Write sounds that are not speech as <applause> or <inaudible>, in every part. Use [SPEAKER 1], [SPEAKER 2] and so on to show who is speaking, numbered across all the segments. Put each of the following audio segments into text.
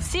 [SPEAKER 1] Si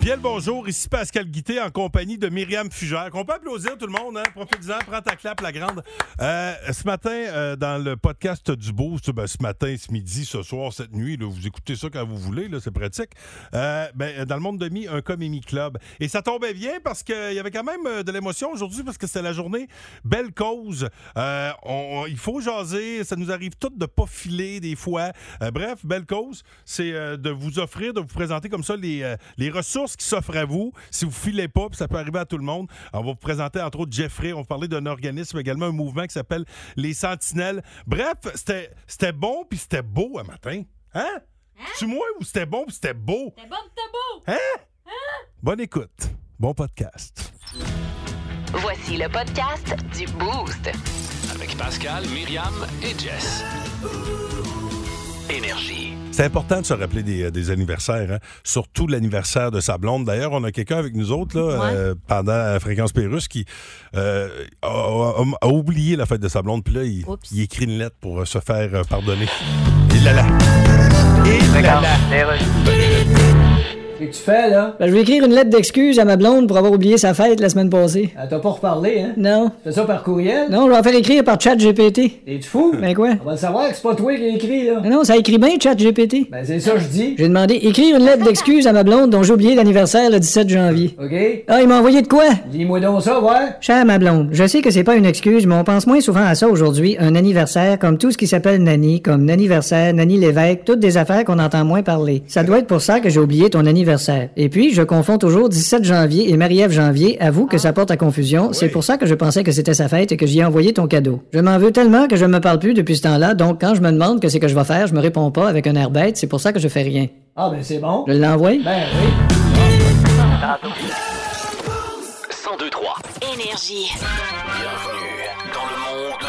[SPEAKER 2] Bien le bonjour, ici Pascal Guité en compagnie de Myriam Fugère. Qu'on peut applaudir tout le monde, hein? Profite-en, prends ta clap, la grande. Euh, ce matin, euh, dans le podcast du Boost, ben, ce matin, ce midi, ce soir, cette nuit, là, vous écoutez ça quand vous voulez, là, c'est pratique. Euh, ben, dans le monde de mi, un comémie club. Et ça tombait bien parce qu'il y avait quand même euh, de l'émotion aujourd'hui parce que c'était la journée Belle Cause. Euh, on- on- il faut jaser, ça nous arrive toutes de pas filer des fois. Euh, bref, Belle Cause, c'est euh, de vous offrir, de vous présenter comme ça les, euh, les ressources qui s'offrent à vous. Si vous filez pas, puis ça peut arriver à tout le monde. On va vous présenter entre autres Jeffrey, on va parler d'un organisme, également un mouvement qui s'appelle les Sentinelles. Bref, c'était c'était bon puis c'était beau à matin. Hein? Tu moi ou c'était bon puis c'était beau?
[SPEAKER 3] Eh,
[SPEAKER 2] C'était bon c'était beau! Hein? Bonne écoute. Bon podcast.
[SPEAKER 1] Voici le podcast du Boost.
[SPEAKER 4] Avec Pascal, Myriam et Jess. Énergie.
[SPEAKER 2] C'est important de se rappeler des, euh, des anniversaires, hein. surtout l'anniversaire de sa blonde. D'ailleurs, on a quelqu'un avec nous autres là, euh, pendant la fréquence Pérus qui euh, a, a- a oublié la fête de sa blonde. Puis là, il,
[SPEAKER 3] Oups.
[SPEAKER 2] il écrit une lettre pour euh, se faire euh, pardonner. Et là, là. Et là, là.
[SPEAKER 5] Qu'est-ce que tu fais, là?
[SPEAKER 6] Ben, je vais écrire une lettre d'excuse à ma blonde pour avoir oublié sa fête la semaine passée.
[SPEAKER 5] Elle t'a pas reparlé, hein?
[SPEAKER 6] Non.
[SPEAKER 5] Tu fais ça par courriel?
[SPEAKER 6] Non, je vais en faire écrire par ChatGPT.
[SPEAKER 5] T'es-tu fou? Ah
[SPEAKER 6] Ben quoi?
[SPEAKER 5] On va le savoir que c'est pas toi qui l'as écrit, là.
[SPEAKER 6] Ben non, ça écrit bien ChatGPT.
[SPEAKER 5] Ben c'est ça que je dis.
[SPEAKER 6] J'ai demandé écrire une lettre d'excuse à ma blonde dont j'ai oublié l'anniversaire le 17 janvier.
[SPEAKER 5] OK?
[SPEAKER 6] Ah, il m'a envoyé de quoi?
[SPEAKER 5] Lis-moi donc ça, ouais?
[SPEAKER 6] Chère ma blonde, je sais que c'est pas une excuse, mais on pense moins souvent à ça aujourd'hui, un anniversaire, comme tout ce qui s'appelle Nani, comme Naniversaire, Nani l'évêque, toutes des affaires qu'on entend moins parler. Ça doit être pour ça que j'ai oublié ton anniversaire. Et puis, je confonds toujours 17 janvier et Marie-Ève janvier, avoue que ça porte à
[SPEAKER 5] Ah
[SPEAKER 6] confusion, c'est pour ça que je pensais que c'était sa fête et que j'y ai envoyé ton cadeau. Je m'en veux tellement que je me parle plus depuis ce temps-là, donc quand je me demande que c'est que je vais faire, je me réponds pas avec un air bête, c'est pour ça que je fais rien.
[SPEAKER 5] Ah, ben c'est bon.
[SPEAKER 6] Je l'envoie?
[SPEAKER 5] Ben oui.
[SPEAKER 4] 1023.
[SPEAKER 1] Énergie.
[SPEAKER 4] Bienvenue dans le monde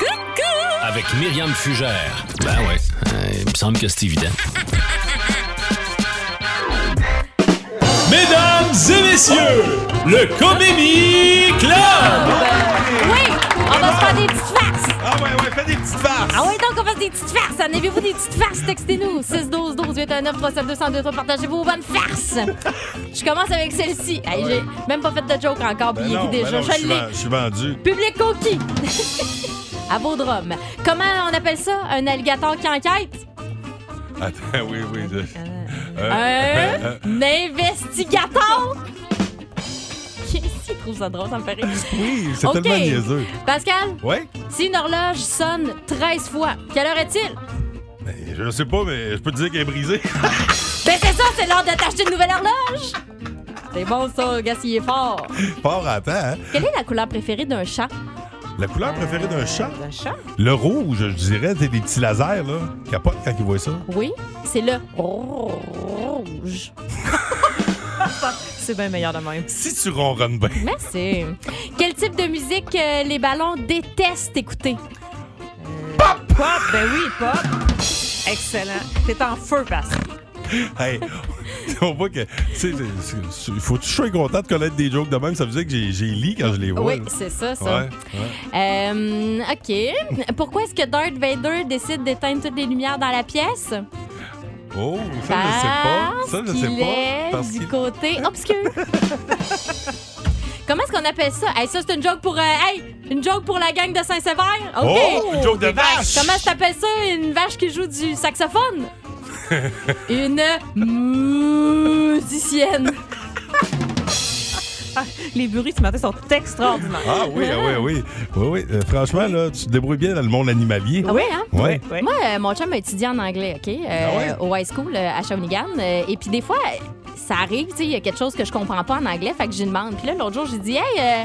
[SPEAKER 4] de Mi. Avec Myriam Fugère. Ben ouais, il me semble que c'est évident.
[SPEAKER 7] Mesdames et messieurs, le Comédie Club!
[SPEAKER 3] Oui, on va se faire des petites farces.
[SPEAKER 2] Ah ouais, ouais, fais des petites farces.
[SPEAKER 3] Ah oui, donc on va se faire des petites farces. En avez-vous des petites farces? Textez-nous. 6 12 12 819 37 202 3 Partagez vos bonnes farces. Je commence avec celle-ci. Hey, J'ai même pas fait de joke encore, puis
[SPEAKER 2] Ben
[SPEAKER 3] il
[SPEAKER 2] non,
[SPEAKER 3] est
[SPEAKER 2] ben
[SPEAKER 3] déjà.
[SPEAKER 2] non, je
[SPEAKER 3] je
[SPEAKER 2] suis
[SPEAKER 3] l'ai.
[SPEAKER 2] ven- je suis vendu.
[SPEAKER 3] Public conquis. <laughs> à Vaudrome. Comment on appelle ça? Un alligator qui enquête?
[SPEAKER 2] Attends, oui, oui.
[SPEAKER 3] Euh,
[SPEAKER 2] je- Euh,
[SPEAKER 3] Un investigateur? Qu'est-ce qu'il trouve ça drôle? Ça me fait rire.
[SPEAKER 2] Oui, c'est
[SPEAKER 3] Ok.
[SPEAKER 2] tellement niaiseux.
[SPEAKER 3] Pascal,
[SPEAKER 2] Ouais?
[SPEAKER 3] si une horloge sonne 13 fois, quelle heure est-il?
[SPEAKER 2] Ben, je sais pas, mais je peux te dire qu'elle est brisée. <laughs>
[SPEAKER 3] Ben c'est ça, c'est l'heure de t'acheter une nouvelle horloge! C'est bon ça, gars, il est fort.
[SPEAKER 2] Fort à temps, hein?
[SPEAKER 3] Quelle est la couleur préférée d'un chat?
[SPEAKER 2] La couleur préférée d'un chat?
[SPEAKER 3] D'un chat?
[SPEAKER 2] Le rouge, je dirais, c'est des petits lasers, là. Capote quand ils voient ça.
[SPEAKER 3] Oui, c'est le rouge. c'est bien meilleur de même.
[SPEAKER 2] Si tu
[SPEAKER 3] <laughs>
[SPEAKER 2] ronronnes bien.
[SPEAKER 3] Merci. Quel type de musique euh, les ballons détestent écouter? Euh,
[SPEAKER 8] Pop, ben oui, pop. Excellent. T'es en feu, Pascal.
[SPEAKER 2] Hey, <laughs> on voit que. tu sais, c'est- c'est- c'est- faut que je sois content de connaître des jokes de même. Ça veut dire que j'ai j'ai lis quand je les vois.
[SPEAKER 3] Oui,
[SPEAKER 2] là.
[SPEAKER 3] c'est ça, ça.
[SPEAKER 2] Ouais, ouais.
[SPEAKER 3] Euh, OK. Pourquoi est-ce que Darth Vader décide d'éteindre toutes les lumières dans la pièce?
[SPEAKER 2] Oh,
[SPEAKER 3] Bah.
[SPEAKER 2] ça, je sais pas. Ça, je
[SPEAKER 3] Parce qu'il
[SPEAKER 2] sais pas.
[SPEAKER 3] est
[SPEAKER 2] Parce
[SPEAKER 3] du
[SPEAKER 2] qu'il-
[SPEAKER 3] côté obscur. <laughs> Comment est-ce qu'on appelle ça? Hey, ça, c'est une joke pour... euh, hey, une joke pour la gang de Saint-Sévère? OK.
[SPEAKER 2] Oh, une joke de vache!
[SPEAKER 3] Comment t'appelles ça, une vache qui joue du
[SPEAKER 2] <laughs>
[SPEAKER 3] saxophone? une musicienne.
[SPEAKER 8] Ah, Les bruits ce matin sont extraordinaires.
[SPEAKER 2] Ah oui, ah oui, oui. Oui, oui. Euh, franchement, là, tu te débrouilles bien dans le monde animalier.
[SPEAKER 3] Ah oui, hein?
[SPEAKER 2] Ouais.
[SPEAKER 8] Oui.
[SPEAKER 3] Moi, euh, mon chum a étudié en anglais, OK? euh,
[SPEAKER 2] Ah ouais?
[SPEAKER 3] Au high school euh, à Shawinigan. euh, et puis des fois, euh, ça arrive, tu sais, il y a quelque chose que je comprends pas en anglais, fait que j'y demande. Puis là, l'autre jour, j'ai dit, hey, euh,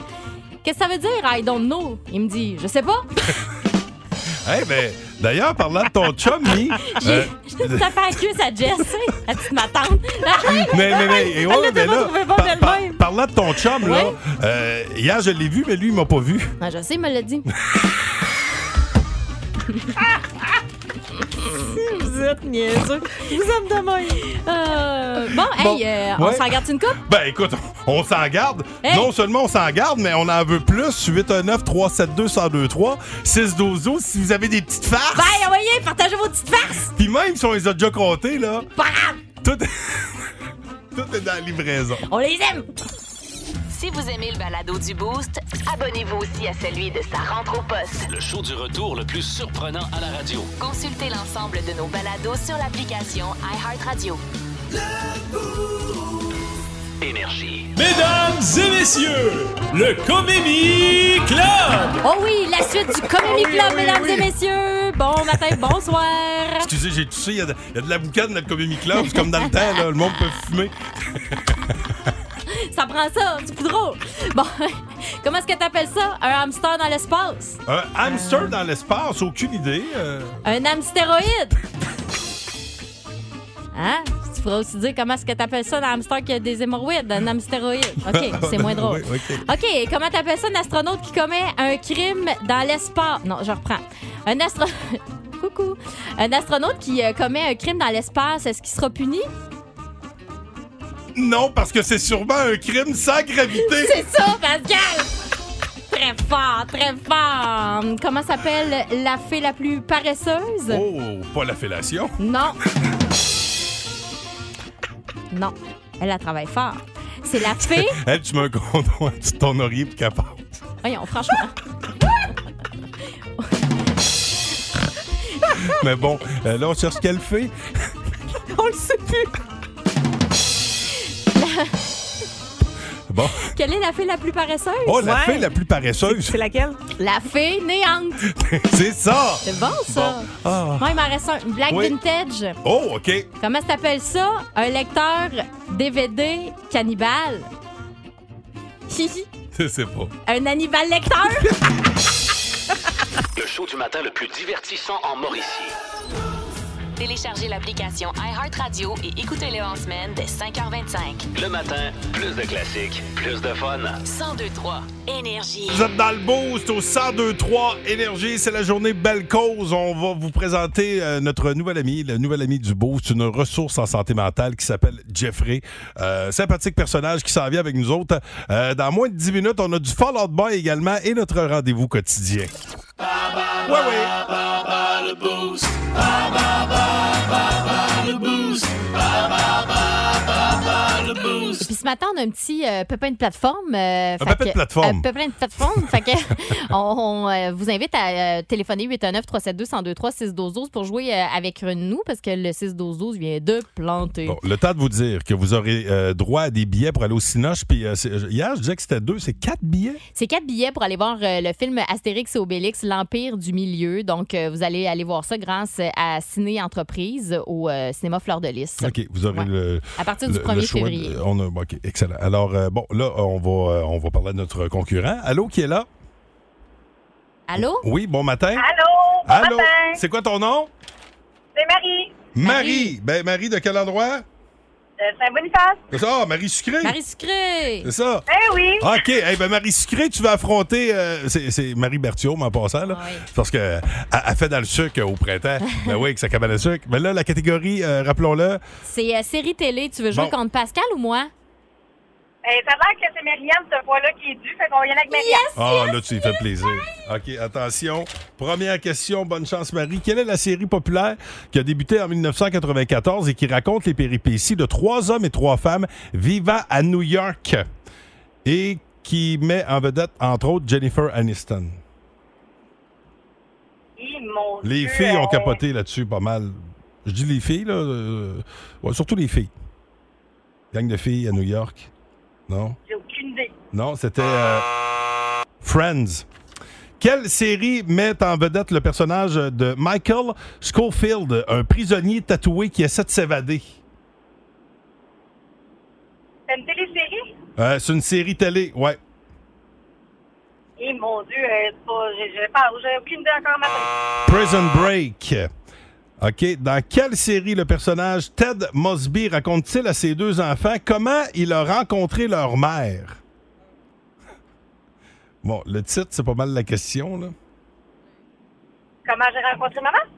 [SPEAKER 3] qu'est-ce que ça veut dire, I don't know? Il me dit, je sais pas.
[SPEAKER 2] Eh ben, d'ailleurs, parlant de ton chum, Mi,
[SPEAKER 3] <laughs> J'ai
[SPEAKER 2] euh,
[SPEAKER 3] tapé la cuisse à Jess, tu sais, la petite matante. mais,
[SPEAKER 2] <laughs> mais, mais, mais, et ouais,
[SPEAKER 3] Elle l'a
[SPEAKER 2] mais
[SPEAKER 3] tellement
[SPEAKER 2] là,
[SPEAKER 3] trouvé bonne
[SPEAKER 2] par- par-
[SPEAKER 3] elle-même.
[SPEAKER 2] parlant de ton chum, là,
[SPEAKER 3] Ouais.
[SPEAKER 2] euh, hier, je l'ai vu, mais lui, il m'a pas vu.
[SPEAKER 3] Ah, je sais, il me l'a
[SPEAKER 2] <laughs>
[SPEAKER 3] dit.
[SPEAKER 8] Vous êtes niaiseux. Vous êtes de même.
[SPEAKER 3] Euh, bon, hey,
[SPEAKER 2] Bon,
[SPEAKER 3] euh,
[SPEAKER 2] ouais.
[SPEAKER 3] on s'en garde une coupe?
[SPEAKER 2] <laughs> Ben, écoute, on s'en garde.
[SPEAKER 3] Hey.
[SPEAKER 2] Non seulement on s'en garde, mais on en veut plus. 819-372-1023, 612-12, si vous avez des petites farces.
[SPEAKER 3] Bye, envoyez, partagez vos petites farces!
[SPEAKER 2] Puis même si on les a déjà comptées, là,
[SPEAKER 3] Pas grave,
[SPEAKER 2] tout, <laughs> tout est dans la livraison.
[SPEAKER 3] on les aime!
[SPEAKER 1] Si vous aimez le balado du Boost, abonnez-vous aussi à celui de sa rentre au poste.
[SPEAKER 4] Le show du retour le plus surprenant à la radio.
[SPEAKER 1] Consultez l'ensemble de nos balados sur l'application iHeartRadio.
[SPEAKER 4] Énergie.
[SPEAKER 7] Mesdames et messieurs, le Comédie Club!
[SPEAKER 3] Oh oui, la suite du Comedy
[SPEAKER 2] oui,
[SPEAKER 3] Club,
[SPEAKER 2] oui,
[SPEAKER 3] mesdames
[SPEAKER 2] oui.
[SPEAKER 3] et messieurs! Bon matin, bonsoir!
[SPEAKER 2] Excusez, j'ai toussé, il y, a de- il y a de la boucane dans le Comedy Club. C'est comme dans le temps, là, le monde peut fumer.
[SPEAKER 3] Ça prend ça, c'est plus drôle! Bon, <laughs> comment est-ce que t'appelles ça? Un hamster dans l'espace?
[SPEAKER 2] Un hamster dans l'espace, aucune idée. euh.
[SPEAKER 3] Un hamstéroïde? Hein? Tu pourrais aussi dire comment est-ce que t'appelles ça un hamster qui a des hémorroïdes, un
[SPEAKER 2] <laughs>
[SPEAKER 3] hamstéroïde. OK, c'est moins drôle. Ah.
[SPEAKER 2] Oui, ok.
[SPEAKER 3] OK, comment t'appelles ça un astronaute qui commet un crime dans l'espace? Non, je reprends. Un astro... <laughs> Coucou. Un astronaute qui euh, commet un crime dans l'espace, est-ce qu'il sera puni?
[SPEAKER 2] Non, parce que c'est sûrement un crime sans gravité.
[SPEAKER 3] C'est ça, Pascal! Très fort, très fort. Comment s'appelle la fée la plus paresseuse?
[SPEAKER 2] Oh, pas la fellation.
[SPEAKER 3] Non. Non. Elle, a travaille fort. C'est
[SPEAKER 8] <laughs>
[SPEAKER 3] la fée.
[SPEAKER 2] Hey, tu mets un condom tu ton oreiller puis qu'elle passe.
[SPEAKER 3] Voyons, franchement.
[SPEAKER 2] <laughs> Mais bon, euh, là, on cherche quelle fait.
[SPEAKER 8] On le sait plus.
[SPEAKER 2] Bon.
[SPEAKER 3] Quelle est la fée la plus paresseuse?
[SPEAKER 2] Oh, la
[SPEAKER 8] Ouais.
[SPEAKER 2] fille la plus paresseuse.
[SPEAKER 8] C'est laquelle?
[SPEAKER 3] La fée néante.
[SPEAKER 2] <laughs> C'est ça.
[SPEAKER 3] C'est bon, ça.
[SPEAKER 2] Ah.
[SPEAKER 3] Moi, il m'en reste un. Une blague
[SPEAKER 2] Oui.
[SPEAKER 3] vintage.
[SPEAKER 2] Oh, OK.
[SPEAKER 3] Comment ça s'appelle ça? Un lecteur DVD cannibale. Hi, hi.
[SPEAKER 2] Je sais pas.
[SPEAKER 3] un animal
[SPEAKER 2] <laughs>
[SPEAKER 3] lecteur?
[SPEAKER 4] Le show du matin le plus divertissant en Mauricie.
[SPEAKER 1] Téléchargez l'application iHeartRadio et écoutez-le en semaine dès 5h25.
[SPEAKER 4] Le matin, plus de classiques, plus de fun.
[SPEAKER 1] 1023 Énergie.
[SPEAKER 2] Vous êtes dans le boost au 1023 Énergie. C'est la journée Belle Cause. On va vous présenter euh, notre nouvel ami, le nouvel ami du boost, une ressource en santé mentale qui s'appelle Jeffrey. Euh, sympathique personnage qui s'en vient avec nous autres. Euh, dans moins de 10 minutes, on a du Fallout Boy également et notre rendez-vous quotidien. Ouais, ouais.
[SPEAKER 3] Et puis ce matin, on a un petit euh, pépin de plateforme. euh, fait
[SPEAKER 2] pépin de
[SPEAKER 3] que-
[SPEAKER 2] plateforme.
[SPEAKER 3] Un pépin de plateforme. fait que <laughs> on, on, euh, vous invite à euh, téléphoner 819-372-1023-612 pour jouer euh, avec nous parce que le 612-12 vient de planter.
[SPEAKER 2] Bon, le temps de vous dire que vous aurez euh, droit à des billets pour aller au Cinoche. Puis euh, c'est- hier, je disais que c'était deux, c'est quatre billets.
[SPEAKER 3] C'est quatre billets pour aller voir euh, le film Astérix et Obélix, l'Empire du Milieu. Donc, euh, vous allez aller voir ça grâce à Ciné Entreprise au euh, cinéma Fleur de Lys
[SPEAKER 2] OK, vous aurez
[SPEAKER 3] Ouais.
[SPEAKER 2] le,
[SPEAKER 3] à partir du
[SPEAKER 2] le-
[SPEAKER 3] 1er
[SPEAKER 2] le choix de-
[SPEAKER 3] février.
[SPEAKER 2] on a- bon, OK, excellent. Alors, euh, bon, là, on va, euh, on va parler de notre concurrent. Allô, qui est là?
[SPEAKER 3] Allô?
[SPEAKER 2] Oui, bon matin. Allô? C'est quoi ton nom?
[SPEAKER 9] C'est Marie,
[SPEAKER 2] Marie. Ben, Marie, de quel endroit?
[SPEAKER 9] de Saint-Boniface.
[SPEAKER 2] C'est ça, Ah, Marie Sucrée.
[SPEAKER 3] Marie Sucré!
[SPEAKER 2] C'est ça.
[SPEAKER 9] Eh oui,
[SPEAKER 2] OK, eh ben Marie Sucré, tu vas affronter. euh, c'est c'est Marie Berthiaume en passant, là.
[SPEAKER 3] Ah oui.
[SPEAKER 2] C'est Parce qu'elle fait dans le sucre euh, au printemps. ben oui, avec sa cabane à sucre. Mais là, la catégorie, euh, rappelons-le,
[SPEAKER 3] C'est euh, série télé. Tu veux jouer
[SPEAKER 2] Bon.
[SPEAKER 3] contre Pascal ou moi?
[SPEAKER 9] Eh, ça a l'air que c'est Myriam, ce point-là, qui est dû, fait qu'on va y aller avec Myriam.
[SPEAKER 2] Ah, là, tu y fais plaisir. OK, attention. Première question, bonne chance, Marie. Quelle est la série populaire qui a débuté en 1994 et qui raconte les péripéties de trois hommes et trois femmes vivant à New York et qui met en vedette, entre autres, Jennifer Aniston?
[SPEAKER 9] Hi, mon
[SPEAKER 2] Les
[SPEAKER 9] Dieu,
[SPEAKER 2] filles ont
[SPEAKER 9] euh,
[SPEAKER 2] capoté là-dessus pas mal. Je dis les filles, là. euh, ouais, surtout les filles. Gang de filles à New York. Non?
[SPEAKER 9] J'ai aucune idée.
[SPEAKER 2] Non, c'était euh, Friends. Quelle série met en vedette le personnage de Michael Schofield, un prisonnier tatoué qui essaie de s'évader?
[SPEAKER 9] C'est une télésérie?
[SPEAKER 2] Euh, c'est une série télé, ouais.
[SPEAKER 9] Et mon Dieu, euh, c'est pas- j'ai j'ai pas- j'ai aucune idée encore maintenant.
[SPEAKER 2] Prison Break. OK. Dans quelle série le personnage Ted Mosby raconte-t-il à ses deux enfants comment il a rencontré leur mère? Bon, le titre, c'est pas mal la question, là.
[SPEAKER 9] Comment j'ai rencontré maman?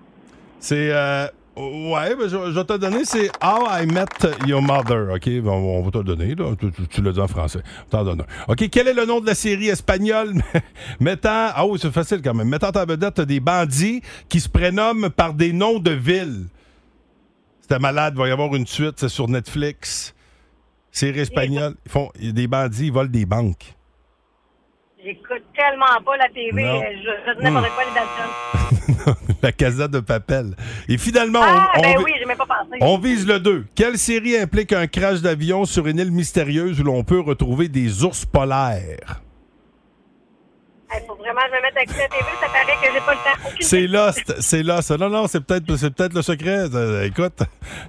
[SPEAKER 2] C'est. euh, ouais, ben, je, je vais te le donner, c'est How I Met Your Mother. OK, ben, on va te le donner, là. Tu, tu- tu le dis en français. On t'en donne un. OK, quel est le nom de la série espagnole <laughs> mettant. Ah oui, c'est facile quand même. Mettant en vedette des bandits qui se prénomment par des noms de villes. C'était malade, il va y avoir une suite, c'est sur Netflix. Série espagnole. Ils font des bandits, ils volent des banques. <laughs>
[SPEAKER 9] J'écoute tellement pas la TV,
[SPEAKER 2] Non.
[SPEAKER 9] euh, je, je n'importe
[SPEAKER 2] Hmm.
[SPEAKER 9] quoi les Dalton.
[SPEAKER 2] la Casa de Papel. Et finalement, on-
[SPEAKER 9] Ah,
[SPEAKER 2] on,
[SPEAKER 9] ben
[SPEAKER 2] vi-
[SPEAKER 9] oui, j'ai même pas pensé.
[SPEAKER 2] On vise le 2. Quelle série implique un crash d'avion sur une île mystérieuse où l'on peut retrouver des ours polaires?
[SPEAKER 9] Hey, faut vraiment que je me mette avec la TV, ça paraît que j'ai pas le temps. Aucune
[SPEAKER 2] C'est Lost, c'est Lost. Non, non, c'est peut-être c'est peut-être le secret. Euh, Écoute,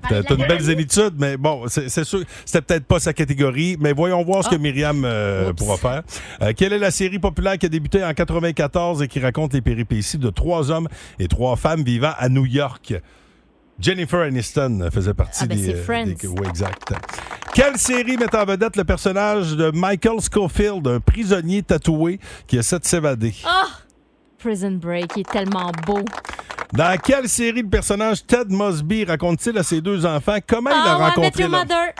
[SPEAKER 2] t'as t'as une belle zénitude, mais bon, c'est c'est sûr, c'était peut-être pas sa catégorie, mais voyons voir
[SPEAKER 3] Ah.
[SPEAKER 2] ce que Myriam euh, pourra faire. Euh, quelle est la série populaire qui a débuté en 94 et qui raconte les péripéties de trois hommes et trois femmes vivant à New York? Jennifer Aniston faisait partie
[SPEAKER 3] Ah, ben,
[SPEAKER 2] des, euh,
[SPEAKER 3] c'est Friends.
[SPEAKER 2] des- Oui, exact. Quelle série met en vedette le personnage de Michael Scofield, un prisonnier tatoué qui essaie de s'évader?
[SPEAKER 3] Oh! Prison Break, il est tellement beau.
[SPEAKER 2] Dans quelle série le personnage Ted Mosby raconte-t-il à ses deux enfants comment il a
[SPEAKER 3] oh, I met
[SPEAKER 2] rencontré
[SPEAKER 3] your
[SPEAKER 2] leur-
[SPEAKER 3] mother.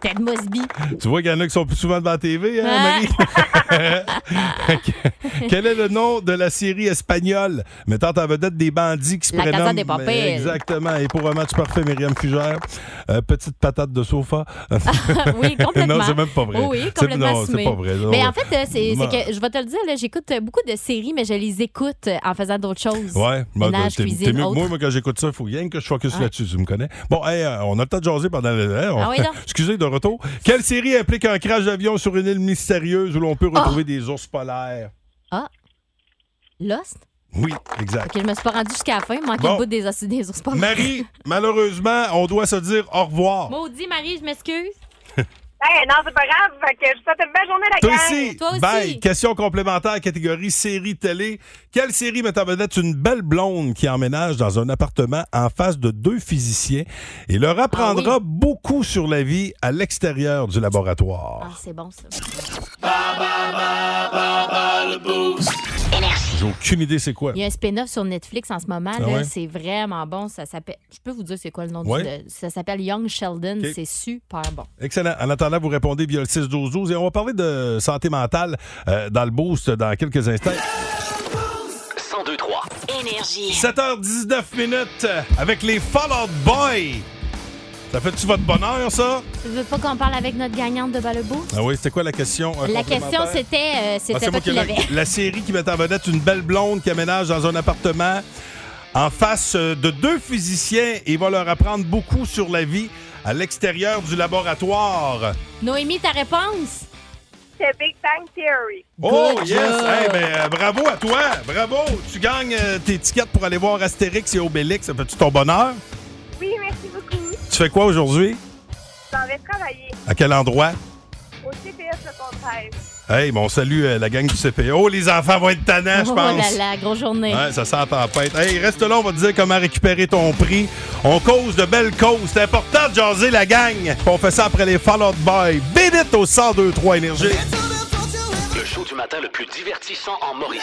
[SPEAKER 3] Ted Mosby.
[SPEAKER 2] <laughs> Tu vois qu'il y en a qui sont plus souvent devant la TV, hein, Marie? Que- <laughs> Quel est le nom de la série espagnole mettant en vedette des bandits qui se
[SPEAKER 3] La Casa
[SPEAKER 2] prénomment...
[SPEAKER 3] de Papel.
[SPEAKER 2] Mais Exactement. Et pour un match parfait, Myriam Fugère, euh, petite patate de sofa.
[SPEAKER 3] <laughs> oui, complètement.
[SPEAKER 2] <laughs>
[SPEAKER 3] Oh
[SPEAKER 2] Non, c'est même pas vrai.
[SPEAKER 3] Oui, oui,
[SPEAKER 2] C'est-
[SPEAKER 3] complètement
[SPEAKER 2] non, c'est
[SPEAKER 3] assumé.
[SPEAKER 2] pas vrai. Non.
[SPEAKER 3] Mais en fait, euh, c'est
[SPEAKER 2] Non.
[SPEAKER 3] c'est que, je vais te le dire, là, j'écoute euh, beaucoup de séries, mais je les écoute euh, en faisant d'autres choses.
[SPEAKER 2] Ouais, ben,
[SPEAKER 3] Ménage,
[SPEAKER 2] t'es- t'es
[SPEAKER 3] cuisine,
[SPEAKER 2] mieux que
[SPEAKER 3] autres.
[SPEAKER 2] moi, moi, quand j'écoute ça, il faut rien que je focus
[SPEAKER 3] Ouais.
[SPEAKER 2] là-dessus, tu me connais. Bon, hey, euh, on a le temps de jaser pendant le. hein, on-
[SPEAKER 3] Ah oui, donc.
[SPEAKER 2] <laughs> Excusez, de retour. Quelle série implique un crash d'avion sur une île mystérieuse où l'on peut retrouver des ours polaires?
[SPEAKER 3] Ah! Lost?
[SPEAKER 2] Oui, exact.
[SPEAKER 3] Ok, je me suis pas rendue jusqu'à la fin. Il manquait
[SPEAKER 2] Bon.
[SPEAKER 3] le bout des, os- des ours polaires. <laughs>
[SPEAKER 2] Marie, oh. malheureusement, on doit se dire au revoir.
[SPEAKER 3] Maudit Marie, je
[SPEAKER 2] <laughs>
[SPEAKER 3] m'excuse.
[SPEAKER 9] Hey, non, c'est pas grave. Fait que je vous souhaite une belle journée, la
[SPEAKER 2] Toi
[SPEAKER 9] gang.
[SPEAKER 2] aussi. Bye. Question complémentaire, catégorie série télé. Quelle série met en vedette une belle blonde qui emménage dans un appartement en face de deux physiciens et leur apprendra beaucoup sur la vie à l'extérieur du laboratoire?
[SPEAKER 3] Ah, c'est bon, ça.
[SPEAKER 2] Ah. J'ai aucune idée c'est quoi.
[SPEAKER 3] Il y a un spin-off sur Netflix en ce moment.
[SPEAKER 2] Ah
[SPEAKER 3] là.
[SPEAKER 2] ouais?
[SPEAKER 3] C'est vraiment bon. Ça s'appelle. Je peux vous dire c'est quoi le nom
[SPEAKER 2] Ouais.
[SPEAKER 3] du. Ça s'appelle Young Sheldon.
[SPEAKER 2] Ok.
[SPEAKER 3] C'est super bon.
[SPEAKER 2] Excellent. En attendant, vous répondez via le 6-12-12 et on va parler de santé mentale euh, dans le boost dans quelques instants.
[SPEAKER 4] 1023.
[SPEAKER 1] Énergie.
[SPEAKER 2] 7h19 minutes euh, avec les Fall Out Boy. Ça fait-tu votre bonheur, ça?
[SPEAKER 3] Tu veux pas qu'on parle avec notre gagnante de Balle Boost?
[SPEAKER 2] Ah oui, c'était quoi la question? euh,
[SPEAKER 3] La
[SPEAKER 2] complémentaire?
[SPEAKER 3] question, c'était. euh,
[SPEAKER 2] Ah,
[SPEAKER 3] c'était
[SPEAKER 2] c'est
[SPEAKER 3] toi
[SPEAKER 2] moi
[SPEAKER 3] qui
[SPEAKER 2] qui l'ai-
[SPEAKER 3] l'avais.
[SPEAKER 2] La série qui met en vedette une belle blonde qui aménage dans un appartement en face euh, de deux physiciens et va leur apprendre beaucoup sur la vie à l'extérieur du laboratoire.
[SPEAKER 3] Noémie, ta réponse?
[SPEAKER 9] The Big Bang Theory.
[SPEAKER 2] Oh
[SPEAKER 3] Good
[SPEAKER 2] yes!
[SPEAKER 3] job.
[SPEAKER 2] Hey, ben, euh, bravo à toi! Bravo! Tu gagnes euh, tes tickets pour aller voir Astérix et Obélix. Ça fait-tu ton bonheur?
[SPEAKER 9] Oui, merci beaucoup.
[SPEAKER 2] Tu fais quoi aujourd'hui?
[SPEAKER 9] J'en vais travailler
[SPEAKER 2] À quel endroit?
[SPEAKER 9] au CPS le contraire.
[SPEAKER 2] Hey, bon, salut euh, la gang du CPO. Oh, les enfants vont être tannants, Ah, je
[SPEAKER 3] oh
[SPEAKER 2] pense.
[SPEAKER 3] là là, grosse journée.
[SPEAKER 2] Ouais, ça sent la tempête. Hey, reste là, on va te dire comment récupérer ton prix. On cause de belles causes. C'est important de jaser la gang. Puis On fait ça après les Fall Out Boy. Bédite au 102-3 Énergie.
[SPEAKER 4] Hein? Le show du matin le plus divertissant en Mauricie.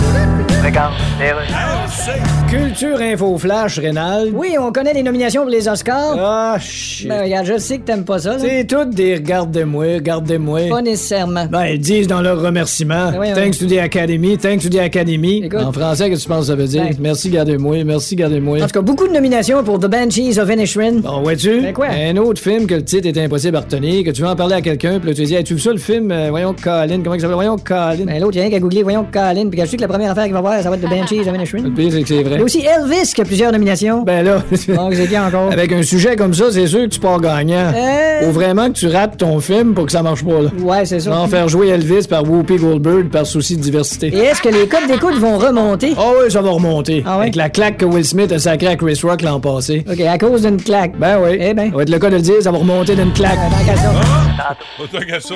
[SPEAKER 5] Culture info flash, Rénal.
[SPEAKER 6] Oui, on connaît les nominations pour les Oscars.
[SPEAKER 5] Ah, shit.
[SPEAKER 6] Ben, regarde, je sais que t'aimes pas ça. là.
[SPEAKER 5] C'est toutes des regarde-moi, regarde-moi.
[SPEAKER 6] Pas nécessairement.
[SPEAKER 5] Ben, ils disent dans leur remerciement,
[SPEAKER 6] Oui, oui.
[SPEAKER 5] thanks to the Academy, thanks to the Academy.
[SPEAKER 6] Écoute.
[SPEAKER 5] en français, qu'est-ce que tu penses que ça veut dire?
[SPEAKER 6] Ben.
[SPEAKER 5] Merci, gardez-moi, merci, gardez-moi.
[SPEAKER 6] En tout cas, beaucoup de nominations pour The Banshees of Inisherin.
[SPEAKER 5] Bon, vois-tu?
[SPEAKER 6] Ben quoi?
[SPEAKER 5] Un autre film que le titre était impossible à retenir, que tu veux en parler à quelqu'un, puis là, tu dis, hey, tu veux ça le film? Euh, voyons, Colin, comment il s'appelle? Voyons, Colin.
[SPEAKER 6] Ben, l'autre, il y a rien qu'à googler, voyons, Colin, puis quand je sais que la première affaire qu'il va voir, ça va être The Banshees of Inisherin.
[SPEAKER 5] Le pire, c'est que c'est
[SPEAKER 6] Il y
[SPEAKER 5] vrai.
[SPEAKER 6] a aussi Elvis qui a plusieurs nominations.
[SPEAKER 5] Ben là,
[SPEAKER 6] Donc, c'est qui encore?
[SPEAKER 5] avec un sujet comme ça, c'est sûr que tu pars gagnant.
[SPEAKER 6] Euh.
[SPEAKER 5] Faut vraiment que tu rates ton film pour que ça marche pas, là.
[SPEAKER 6] Ouais, c'est ça.
[SPEAKER 5] Sans faire jouer Elvis par Whoopi Goldberg par souci de diversité.
[SPEAKER 6] Et est-ce que les codes d'écoute vont remonter?
[SPEAKER 5] Ah oui, ça va remonter.
[SPEAKER 6] Ah ouais?
[SPEAKER 5] Avec la claque que Will Smith a sacrée à Chris Rock l'an passé.
[SPEAKER 6] OK, à cause d'une claque.
[SPEAKER 5] Ben oui.
[SPEAKER 6] Eh ben.
[SPEAKER 5] Ça va être le cas de le dire, ça va remonter d'une claque.
[SPEAKER 6] Tant qu'à ça.
[SPEAKER 2] Autant qu'à ça.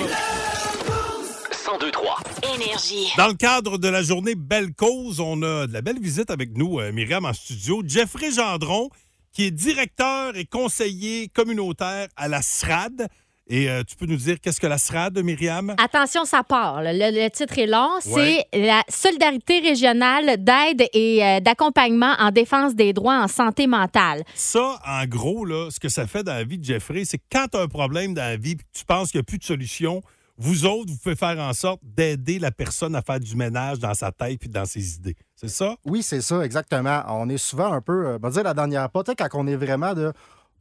[SPEAKER 4] 1023.
[SPEAKER 1] Énergie.
[SPEAKER 2] Dans le cadre de la journée Belle Cause, on a de la belle visite avec nous, euh, Myriam, en studio. Jeffrey Gendron, qui est directeur et conseiller communautaire à la SRAD. Et euh, tu peux nous dire qu'est-ce que la SRAD, Myriam?
[SPEAKER 3] Attention, ça part. là. Le, le titre est long.
[SPEAKER 2] Ouais.
[SPEAKER 3] C'est la solidarité régionale d'aide et euh, d'accompagnement en défense des droits en santé mentale.
[SPEAKER 2] Ça, en gros, là, ce que ça fait dans la vie de Jeffrey, c'est que quand tu as un problème dans la vie et tu penses qu'il n'y a plus de solution, vous autres, vous pouvez faire en sorte d'aider la personne à faire du ménage dans sa tête puis dans ses idées. C'est ça?
[SPEAKER 10] Oui, c'est ça, exactement. On est souvent un peu, euh, on va dire la dernière pas, tu sais, quand on est vraiment de.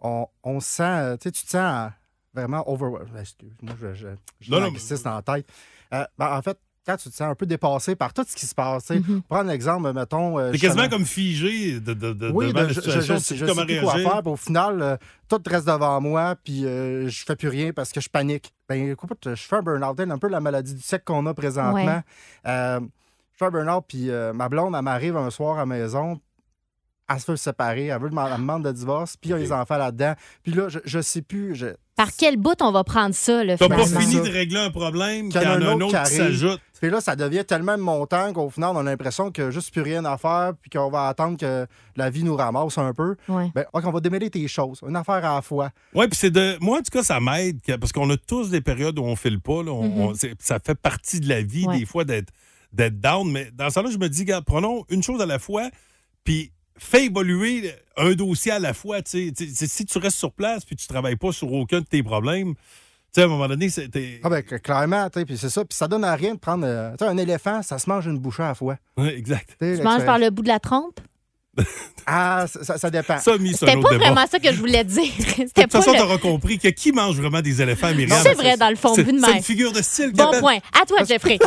[SPEAKER 10] On, on se sent, euh, tu sais, tu te sens euh, vraiment overwhelmed. Excuse-moi, je, je, je
[SPEAKER 2] Non, non,
[SPEAKER 10] l'anglicisme dans la tête. Euh, ben, en fait, quand tu te sens un peu dépassé par tout ce qui se passe, tu sais, prendre l'exemple, mettons. euh,
[SPEAKER 2] T'es quasiment
[SPEAKER 10] justement-
[SPEAKER 2] comme figé de, de, de-
[SPEAKER 10] oui,
[SPEAKER 2] devant
[SPEAKER 10] de-
[SPEAKER 2] la
[SPEAKER 10] je, je,
[SPEAKER 2] situation.
[SPEAKER 10] je-
[SPEAKER 2] tu sais
[SPEAKER 10] je
[SPEAKER 2] plus
[SPEAKER 10] sais plus quoi faire. puis Au final, euh, tout reste devant moi, puis euh, je fais plus rien parce que je panique. Ben écoute, je fais un burn-out, un peu la maladie du siècle qu'on a présentement.
[SPEAKER 3] Ouais.
[SPEAKER 10] Euh, je fais un burn-out, puis euh, ma blonde, elle m'arrive un soir à la maison, elle se veut se séparer, elle veut demander- elle me demande de divorce, puis il y a les enfants là-dedans. Puis là, je, je sais plus. Je...
[SPEAKER 3] Par quel bout on va prendre ça, le
[SPEAKER 2] T'as pas
[SPEAKER 10] Finalement.
[SPEAKER 2] fini de régler un problème, qu'il
[SPEAKER 10] Qu'il
[SPEAKER 2] y en a un autre qui
[SPEAKER 10] arrive.
[SPEAKER 2] s'ajoute.
[SPEAKER 10] Puis là, ça devient tellement montant qu'au final, on a l'impression que juste plus rien à faire, puis qu'on va attendre que la vie nous ramasse un peu.
[SPEAKER 3] Ouais.
[SPEAKER 10] Ben, OK, on va démêler tes choses, une affaire à la fois.
[SPEAKER 2] Oui, puis c'est de. Moi, en tout cas, ça m'aide, que- parce qu'on a tous des périodes où on file pas. Là, on-
[SPEAKER 3] Mhm.
[SPEAKER 2] on- c'est- ça fait partie de la vie,
[SPEAKER 3] Ouais.
[SPEAKER 2] des fois, d'être d'être down. Mais dans ça, là je me dis, gars, prenons une chose à la fois, puis fais évoluer un dossier à la fois. tu sais. Tu sais, Si tu restes sur place, puis tu travailles pas sur aucun de tes problèmes, tu sais, à un moment donné, c'est. t'es-
[SPEAKER 10] Ah ben, cl- clairement, tu sais, puis c'est ça. Puis ça donne à rien de prendre... euh, tu sais, un éléphant, ça se mange une bouchée à la fois.
[SPEAKER 2] Ouais, exact.
[SPEAKER 10] Tu sais,
[SPEAKER 3] Je mange
[SPEAKER 10] l'expérience-
[SPEAKER 3] par le bout de la trompe.
[SPEAKER 10] Ah, ça, ça- ça dépend.
[SPEAKER 2] Ça, mis, c'est
[SPEAKER 3] C'était
[SPEAKER 2] un autre
[SPEAKER 3] pas
[SPEAKER 2] débat.
[SPEAKER 3] vraiment ça que je voulais dire. <laughs>
[SPEAKER 2] De
[SPEAKER 3] C'était
[SPEAKER 2] toute
[SPEAKER 3] pas
[SPEAKER 2] façon,
[SPEAKER 3] le-
[SPEAKER 2] t'auras compris que qui mange vraiment des éléphants, Myriam?
[SPEAKER 3] C'est vrai, dans le fond,
[SPEAKER 2] C'est
[SPEAKER 3] vu de
[SPEAKER 2] c'est
[SPEAKER 3] même.
[SPEAKER 2] une figure de style,
[SPEAKER 3] Bon
[SPEAKER 2] Gabin.
[SPEAKER 3] point. À toi, Jeffrey.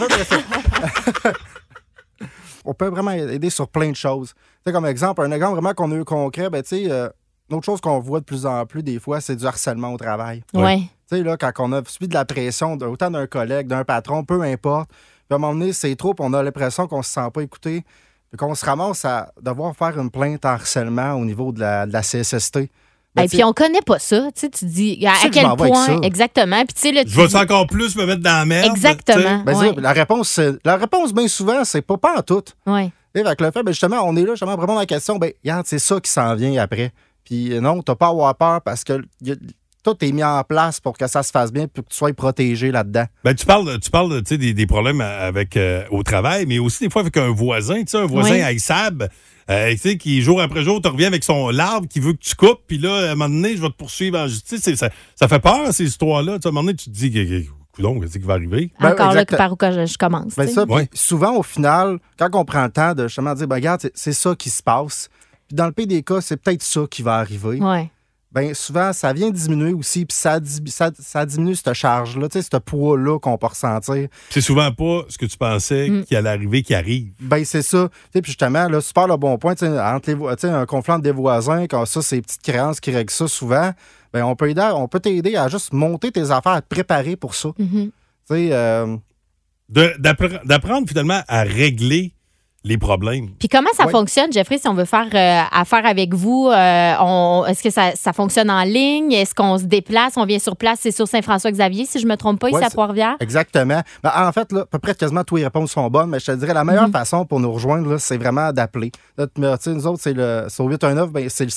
[SPEAKER 10] On peut vraiment aider sur plein de choses. Tu sais, comme exemple, un exemple vraiment qu'on a eu concret, ben, tu sais, euh, une autre chose qu'on voit de plus en plus des fois, c'est du harcèlement au travail.
[SPEAKER 3] Ouais.
[SPEAKER 10] Tu sais, là, quand on a subi de la pression, d'un- autant d'un collègue, d'un patron, peu importe, puis à un moment donné, c'est trop, puis on a l'impression qu'on se sent pas écouté, puis qu'on se ramasse à devoir faire une plainte en harcèlement au niveau de la, de la CSST. Ben,
[SPEAKER 3] Et
[SPEAKER 10] tu sais,
[SPEAKER 3] puis on connaît pas ça, tu sais, tu dis à,
[SPEAKER 10] Tu sais
[SPEAKER 3] à
[SPEAKER 10] que je
[SPEAKER 3] quel
[SPEAKER 10] m'en vais avec
[SPEAKER 3] point
[SPEAKER 10] ça.
[SPEAKER 3] exactement. Puis tu sais là, tu
[SPEAKER 2] Je veux
[SPEAKER 3] dis-
[SPEAKER 2] encore plus me mettre dans la merde.
[SPEAKER 3] exactement.
[SPEAKER 10] ben,
[SPEAKER 3] ouais,
[SPEAKER 10] c'est ça, la réponse, c'est- la réponse bien souvent, c'est pas pas en tout.
[SPEAKER 3] ouais.
[SPEAKER 10] Et avec le fait, ben, justement, on est là, justement, vraiment dans la question, ben, regarde, c'est ça qui s'en vient après. Puis euh, non, t'as pas à avoir peur parce que y a- tout est mis en place pour que ça se fasse bien, puis que tu sois protégé là-dedans.
[SPEAKER 2] Ben, tu parles, tu parles tu sais, des, des problèmes avec, euh, au travail, mais aussi des fois avec un voisin, tu sais, un voisin
[SPEAKER 3] Oui.
[SPEAKER 2] haïssable, euh, tu sais, qui jour après jour te revient avec son l'arbre qui veut que tu coupes, puis là, à un moment donné, je vais te poursuivre en justice. C'est- Ça, ça fait peur, ces histoires-là. Tu sais, à un moment donné, tu te dis, que- que- coudonc, qu'est-ce qui va arriver?
[SPEAKER 10] Ben,
[SPEAKER 3] Encore là,
[SPEAKER 10] exact-
[SPEAKER 3] par où que je, je commence.
[SPEAKER 10] Ben
[SPEAKER 3] tu sais.
[SPEAKER 10] ça, puis
[SPEAKER 2] Ouais.
[SPEAKER 10] souvent, au final, quand on prend le temps de justement dire, ben, regarde, c'est- c'est ça qui se passe. Puis dans le pire des cas, c'est peut-être ça qui va arriver.
[SPEAKER 3] Ouais.
[SPEAKER 10] Ben, souvent, ça vient diminuer aussi, puis ça, di- ça, ça diminue cette charge-là, tu sais, ce poids-là qu'on peut ressentir.
[SPEAKER 2] C'est souvent pas ce que tu pensais
[SPEAKER 3] Mm.
[SPEAKER 2] qui allait arriver qui arrive.
[SPEAKER 10] Ben, c'est ça. Tu sais, puis justement, là, super le bon point, tu sais, entre les vo- tu sais, un conflit entre des voisins, quand ça, ces petites créances qui règlent ça souvent, ben, on peut aider, à- on peut t'aider à juste monter tes affaires, à te préparer pour ça.
[SPEAKER 3] Mhm.
[SPEAKER 10] Tu sais, euh,
[SPEAKER 2] De- d'appre- D'apprendre finalement à régler les problèmes.
[SPEAKER 3] Puis comment ça
[SPEAKER 10] Ouais.
[SPEAKER 3] fonctionne, Jeffrey, si on veut faire euh, affaire avec vous? euh, on- Est-ce que ça, ça fonctionne en ligne? Est-ce qu'on se déplace? On vient sur place? C'est sur Saint-François-Xavier, si je me trompe pas, ici
[SPEAKER 10] Ouais,
[SPEAKER 3] à
[SPEAKER 10] c'est-
[SPEAKER 3] Trois-Rivières?
[SPEAKER 10] Exactement. Ben, en fait, là, à peu près quasiment toutes les réponses sont bonnes, mais je te dirais la
[SPEAKER 3] Mhm.
[SPEAKER 10] meilleure façon pour nous rejoindre, là, c'est vraiment d'appeler. Notre numéro, tu sais, nous autres, c'est le sur 819, ben, c'est le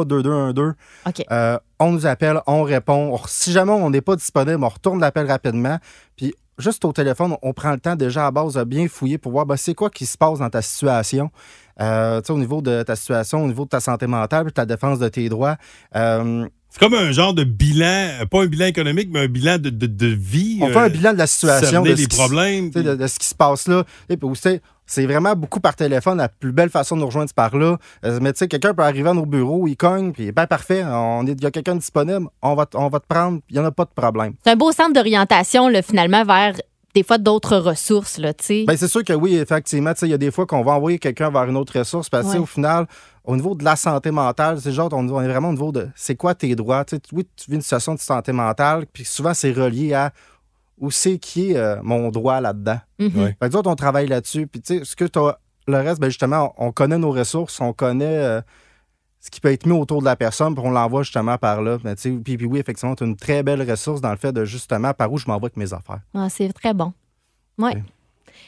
[SPEAKER 10] 693-2212.
[SPEAKER 3] OK.
[SPEAKER 10] Euh, on nous appelle, on répond. On- si jamais on n'est pas disponible, on retourne l'appel rapidement. Puis juste au téléphone, on prend le temps déjà à base de bien fouiller pour voir ben, c'est quoi qui se passe dans ta situation. Euh, tu sais, au niveau de ta situation, au niveau de ta santé mentale, puis de ta défense de tes droits. Euh,
[SPEAKER 2] C'est comme un genre de bilan, euh, pas un bilan économique, mais un bilan de, de- de vie.
[SPEAKER 10] On fait
[SPEAKER 2] euh,
[SPEAKER 10] un bilan de la situation,
[SPEAKER 2] cerner
[SPEAKER 10] de ce,
[SPEAKER 2] les
[SPEAKER 10] qui, s-
[SPEAKER 2] problèmes.
[SPEAKER 10] tu sais, de, de ce qui se passe là. Et puis, tu sais, c'est vraiment beaucoup par téléphone. La plus belle façon de nous rejoindre, c'est par là. Euh, Mais tu sais, quelqu'un peut arriver à nos bureaux, il cogne, puis ben parfait, on est- il y a quelqu'un disponible, on va, te- on va te prendre, puis il n'y en a pas de problème.
[SPEAKER 3] C'est un beau centre d'orientation, là, finalement, vers des fois d'autres ressources, là, tu sais.
[SPEAKER 10] Ben, c'est sûr que oui, effectivement, tu sais, il y a des fois qu'on va envoyer quelqu'un vers une autre ressource parce que
[SPEAKER 3] Ouais.
[SPEAKER 10] au final, au niveau de la santé mentale, c'est genre, on, on est vraiment au niveau de c'est quoi tes droits. Tu sais, oui, tu vis une situation de santé mentale, puis souvent c'est relié à où c'est qui est euh, mon droit là-dedans.
[SPEAKER 3] Mhm. Ouais.
[SPEAKER 10] Fait que nous autres, on travaille là-dessus. Puis tu sais, ce que t'as- le reste, ben, justement, on, on connaît nos ressources, on connaît. euh, ce qui peut être mis autour de la personne, puis on l'envoie justement par là. Ben, tu sais, puis, puis oui, effectivement, tu as une très belle ressource dans le fait de justement par où je m'envoie avec mes affaires.
[SPEAKER 3] Ah, c'est très bon. Oui.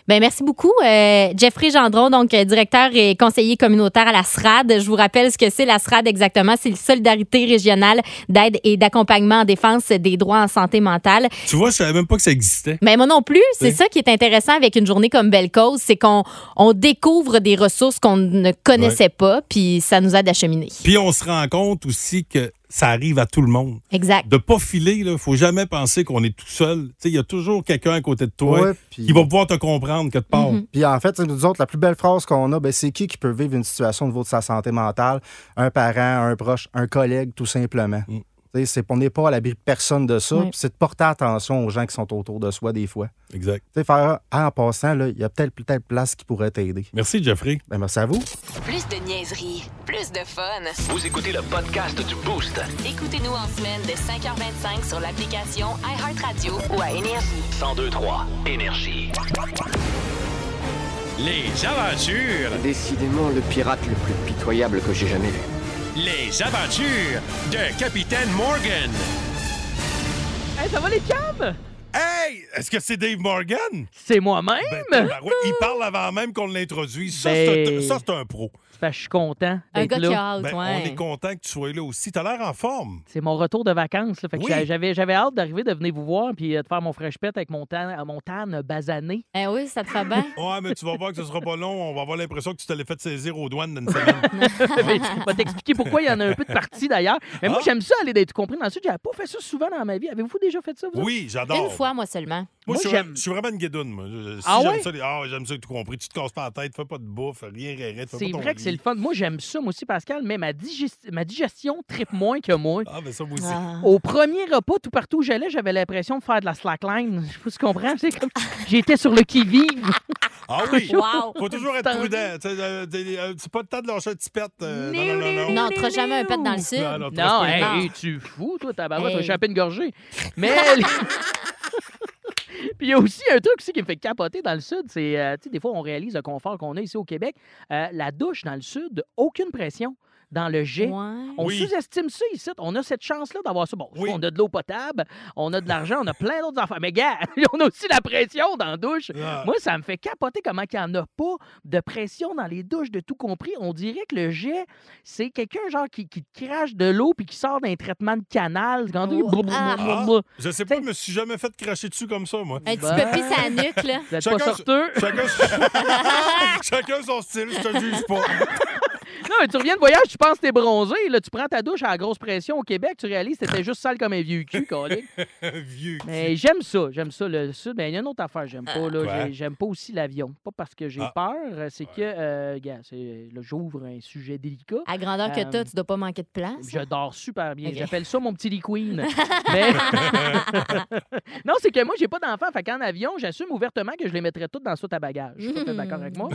[SPEAKER 3] Ben, merci beaucoup. Euh, Jeffrey Gendron, donc euh, directeur et conseiller communautaire à la SRAD. Je vous rappelle ce que c'est la SRAD exactement. C'est le Solidarité régionale d'aide et d'accompagnement en défense des droits en santé mentale.
[SPEAKER 2] Tu vois, je savais même pas que ça existait.
[SPEAKER 3] Mais moi non plus,
[SPEAKER 2] Oui.
[SPEAKER 3] c'est ça qui est intéressant avec une journée comme Belle Cause, c'est qu'on on découvre des ressources qu'on ne connaissait pas, puis ça nous aide à cheminer.
[SPEAKER 2] Puis on se rend compte aussi que ça arrive à tout le monde.
[SPEAKER 3] Exact.
[SPEAKER 2] De pas filer, il faut jamais penser qu'on est tout seul. Tu sais, Il y a toujours quelqu'un à côté de toi
[SPEAKER 10] Ouais,
[SPEAKER 2] qui va pouvoir te comprendre quelque part.
[SPEAKER 10] Puis en fait, tu sais, nous autres, la plus belle phrase qu'on a, ben, c'est qui qui peut vivre une situation au niveau de sa santé mentale? Un parent, un proche, un collègue, tout simplement.
[SPEAKER 2] Mm.
[SPEAKER 10] Tu sais, C'est, on n'est pas à l'abri de personne de ça.
[SPEAKER 2] Oui.
[SPEAKER 10] puis C'est de porter attention aux gens qui sont autour de soi des fois.
[SPEAKER 2] Exact.
[SPEAKER 10] Tu sais, faire, ah, en passant, là, il y a peut-être peut place qui pourrait t'aider.
[SPEAKER 2] Merci, Jeffrey.
[SPEAKER 10] Ben, merci à vous.
[SPEAKER 1] Plus de niaiserie, plus de fun.
[SPEAKER 4] Vous écoutez le podcast du Boost.
[SPEAKER 1] Écoutez-nous en semaine de 5h25 sur l'application iHeartRadio ou à Énergie.
[SPEAKER 4] 1023 Énergie.
[SPEAKER 11] Les aventures. Décidément le pirate le plus pitoyable que j'ai jamais vu. Les aventures de Capitaine Morgan.
[SPEAKER 12] Hey, ça va les cams?
[SPEAKER 2] Hey! Est-ce que c'est Dave Morgan?
[SPEAKER 12] C'est moi-même!
[SPEAKER 2] Ben, tabarouette, il parle avant même qu'on l'introduise. Ça,
[SPEAKER 12] Ben-
[SPEAKER 2] c'est un- ça, c'est un pro.
[SPEAKER 12] Fait que Ben, je suis content.
[SPEAKER 2] Un
[SPEAKER 12] d'être
[SPEAKER 2] gars
[SPEAKER 12] là.
[SPEAKER 2] qui a hâte, Ben, ouais. on est content que tu sois là aussi. T'as l'air en forme.
[SPEAKER 12] C'est mon retour de vacances. là. Fait que
[SPEAKER 2] Oui.
[SPEAKER 12] j'a- j'avais, j'avais hâte d'arriver, de venir vous voir puis euh, de faire mon fresh pet avec mon tan, euh, mon tan basané.
[SPEAKER 3] Eh oui, ça te fait
[SPEAKER 12] Ben.
[SPEAKER 2] <laughs>
[SPEAKER 12] <laughs>
[SPEAKER 3] bien.
[SPEAKER 2] Ouais, mais tu vas voir que ce sera pas long. On va avoir l'impression que tu te l'es fait saisir aux douanes d'une semaine.
[SPEAKER 12] Eh ben, Je vais t'expliquer pourquoi il y en a un peu de partie d'ailleurs. Mais
[SPEAKER 2] Ah.
[SPEAKER 12] moi, j'aime ça aller d'être compris dans le sud. J'avais pas fait ça souvent dans ma vie. Avez-vous déjà fait ça? vous autres?
[SPEAKER 2] Oui, j'adore.
[SPEAKER 3] Une fois, moi seulement.
[SPEAKER 2] Moi, je, suis,
[SPEAKER 12] j'aime-
[SPEAKER 2] je suis vraiment une guédoune, moi. Je- Si
[SPEAKER 12] Ah
[SPEAKER 2] j'aime
[SPEAKER 12] ouais?
[SPEAKER 2] ça, les- ah, j'aime ça, tout compris. Tu te casses pas la tête, fais pas de bouffe, rien, rien, rien. fais
[SPEAKER 12] C'est
[SPEAKER 2] pas ton
[SPEAKER 12] vrai que c'est
[SPEAKER 2] lit.
[SPEAKER 12] le fun. Moi, j'aime ça, moi aussi, Pascal, mais ma, digest- ma digestion tripe moins que moi.
[SPEAKER 2] Ah, ben ça, moi aussi.
[SPEAKER 12] Au premier repas, tout partout où j'allais, j'avais l'impression de faire de la slackline. <laughs> Je sais pas si tu comprends. C'est
[SPEAKER 3] <laughs>
[SPEAKER 12] comme j'étais sur le qui-vive.
[SPEAKER 2] Ah oui!
[SPEAKER 12] <laughs> Wow.
[SPEAKER 2] Faut toujours être prudent. Tu sais, euh, t'es- euh, C'est pas le temps de lâcher un petit pet. euh, non, non, non, non.
[SPEAKER 3] Non, t'auras jamais un pet dans le sud.
[SPEAKER 2] Non, non, t'auras
[SPEAKER 12] Non,
[SPEAKER 2] pas le temps.
[SPEAKER 12] hey, hey, tu fous, toi, tabarouette,
[SPEAKER 3] Hey.
[SPEAKER 12] t'as échappé une gorgée. Mais. <laughs> Puis il y a aussi un truc aussi qui me fait capoter dans le Sud, c'est, euh, tu sais, des fois, on réalise le confort qu'on a ici au Québec. Euh, la douche dans le Sud, aucune pression dans le jet. On
[SPEAKER 2] Oui.
[SPEAKER 12] sous-estime ça ici. On a cette chance-là d'avoir ça. Bon, on a de l'eau potable, on a de l'argent, on a plein d'autres affaires. Mais gars, <laughs> on a aussi la pression dans la douche. Moi, ça me fait capoter comment qu'il n'y en a pas de pression dans les douches, de tout compris. On dirait que le jet, c'est quelqu'un genre qui, qui te crache de l'eau puis qui sort d'un traitement de canal. Quand on dit brou, brou,
[SPEAKER 2] Ah,
[SPEAKER 12] brou, brou, brou.
[SPEAKER 2] je sais pas, je me suis jamais fait cracher dessus comme ça, moi.
[SPEAKER 12] Un petit Ben. peu pis sa nuque, là. Vous êtes pas sorteux.
[SPEAKER 2] <laughs> Chacun,
[SPEAKER 12] <laughs>
[SPEAKER 2] chacun son style, je te juge pas.
[SPEAKER 12] Non, mais tu reviens de voyage, tu penses que t'es bronzé. Là, tu prends ta douche à la grosse pression au Québec, tu réalises que t'étais juste sale comme un vieux cul, collègue.
[SPEAKER 2] Vieux.
[SPEAKER 12] Mais j'aime ça, j'aime ça. Le sud, ben, il y a une autre affaire que j'aime pas. là.
[SPEAKER 2] Quoi?
[SPEAKER 12] J'ai- J'aime pas aussi l'avion. Pas parce que j'ai peur, c'est que, euh, gars, c'est- là, j'ouvre un sujet délicat.
[SPEAKER 3] À grandeur que
[SPEAKER 12] Euh,
[SPEAKER 3] t'as, tu dois pas manquer de place.
[SPEAKER 12] Je dors super bien.
[SPEAKER 3] Ok.
[SPEAKER 12] J'appelle ça mon petit lit
[SPEAKER 3] <laughs>
[SPEAKER 12] queen. Mais- <laughs> non, c'est que moi, j'ai pas d'enfant. Fait qu'en avion, j'assume ouvertement que je les mettrais toutes dans le saut à bagages. Tu es d'accord avec
[SPEAKER 3] <laughs>
[SPEAKER 12] moi?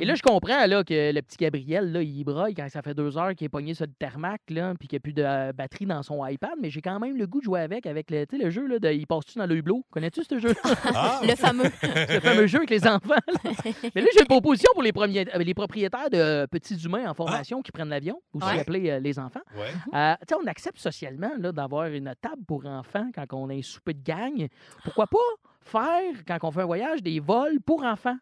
[SPEAKER 12] Et là, je comprends là, que le petit Gabriel, là, il braille quand ça fait deux heures qu'il est pogné sur le tarmac, là, puis qu'il n'y a plus de euh, batterie dans son iPad, mais j'ai quand même le goût de jouer avec, avec le, tu sais, le jeu là, de Il passe-tu dans le hublot? Connais-tu ce jeu?
[SPEAKER 3] Le fameux.
[SPEAKER 12] <laughs> le fameux jeu avec les enfants.
[SPEAKER 3] <laughs>
[SPEAKER 12] là. Mais là, j'ai une proposition pour les, premiers, euh, les propriétaires de euh, petits humains
[SPEAKER 2] Ah.
[SPEAKER 12] en formation qui prennent l'avion, aussi
[SPEAKER 13] Ouais.
[SPEAKER 12] appelés euh, les enfants.
[SPEAKER 13] Ouais.
[SPEAKER 3] Mhm.
[SPEAKER 12] Euh, tu sais, on accepte socialement là, d'avoir une table pour enfants quand on a un souper de gang. Pourquoi pas faire, quand on fait un voyage, des vols pour enfants?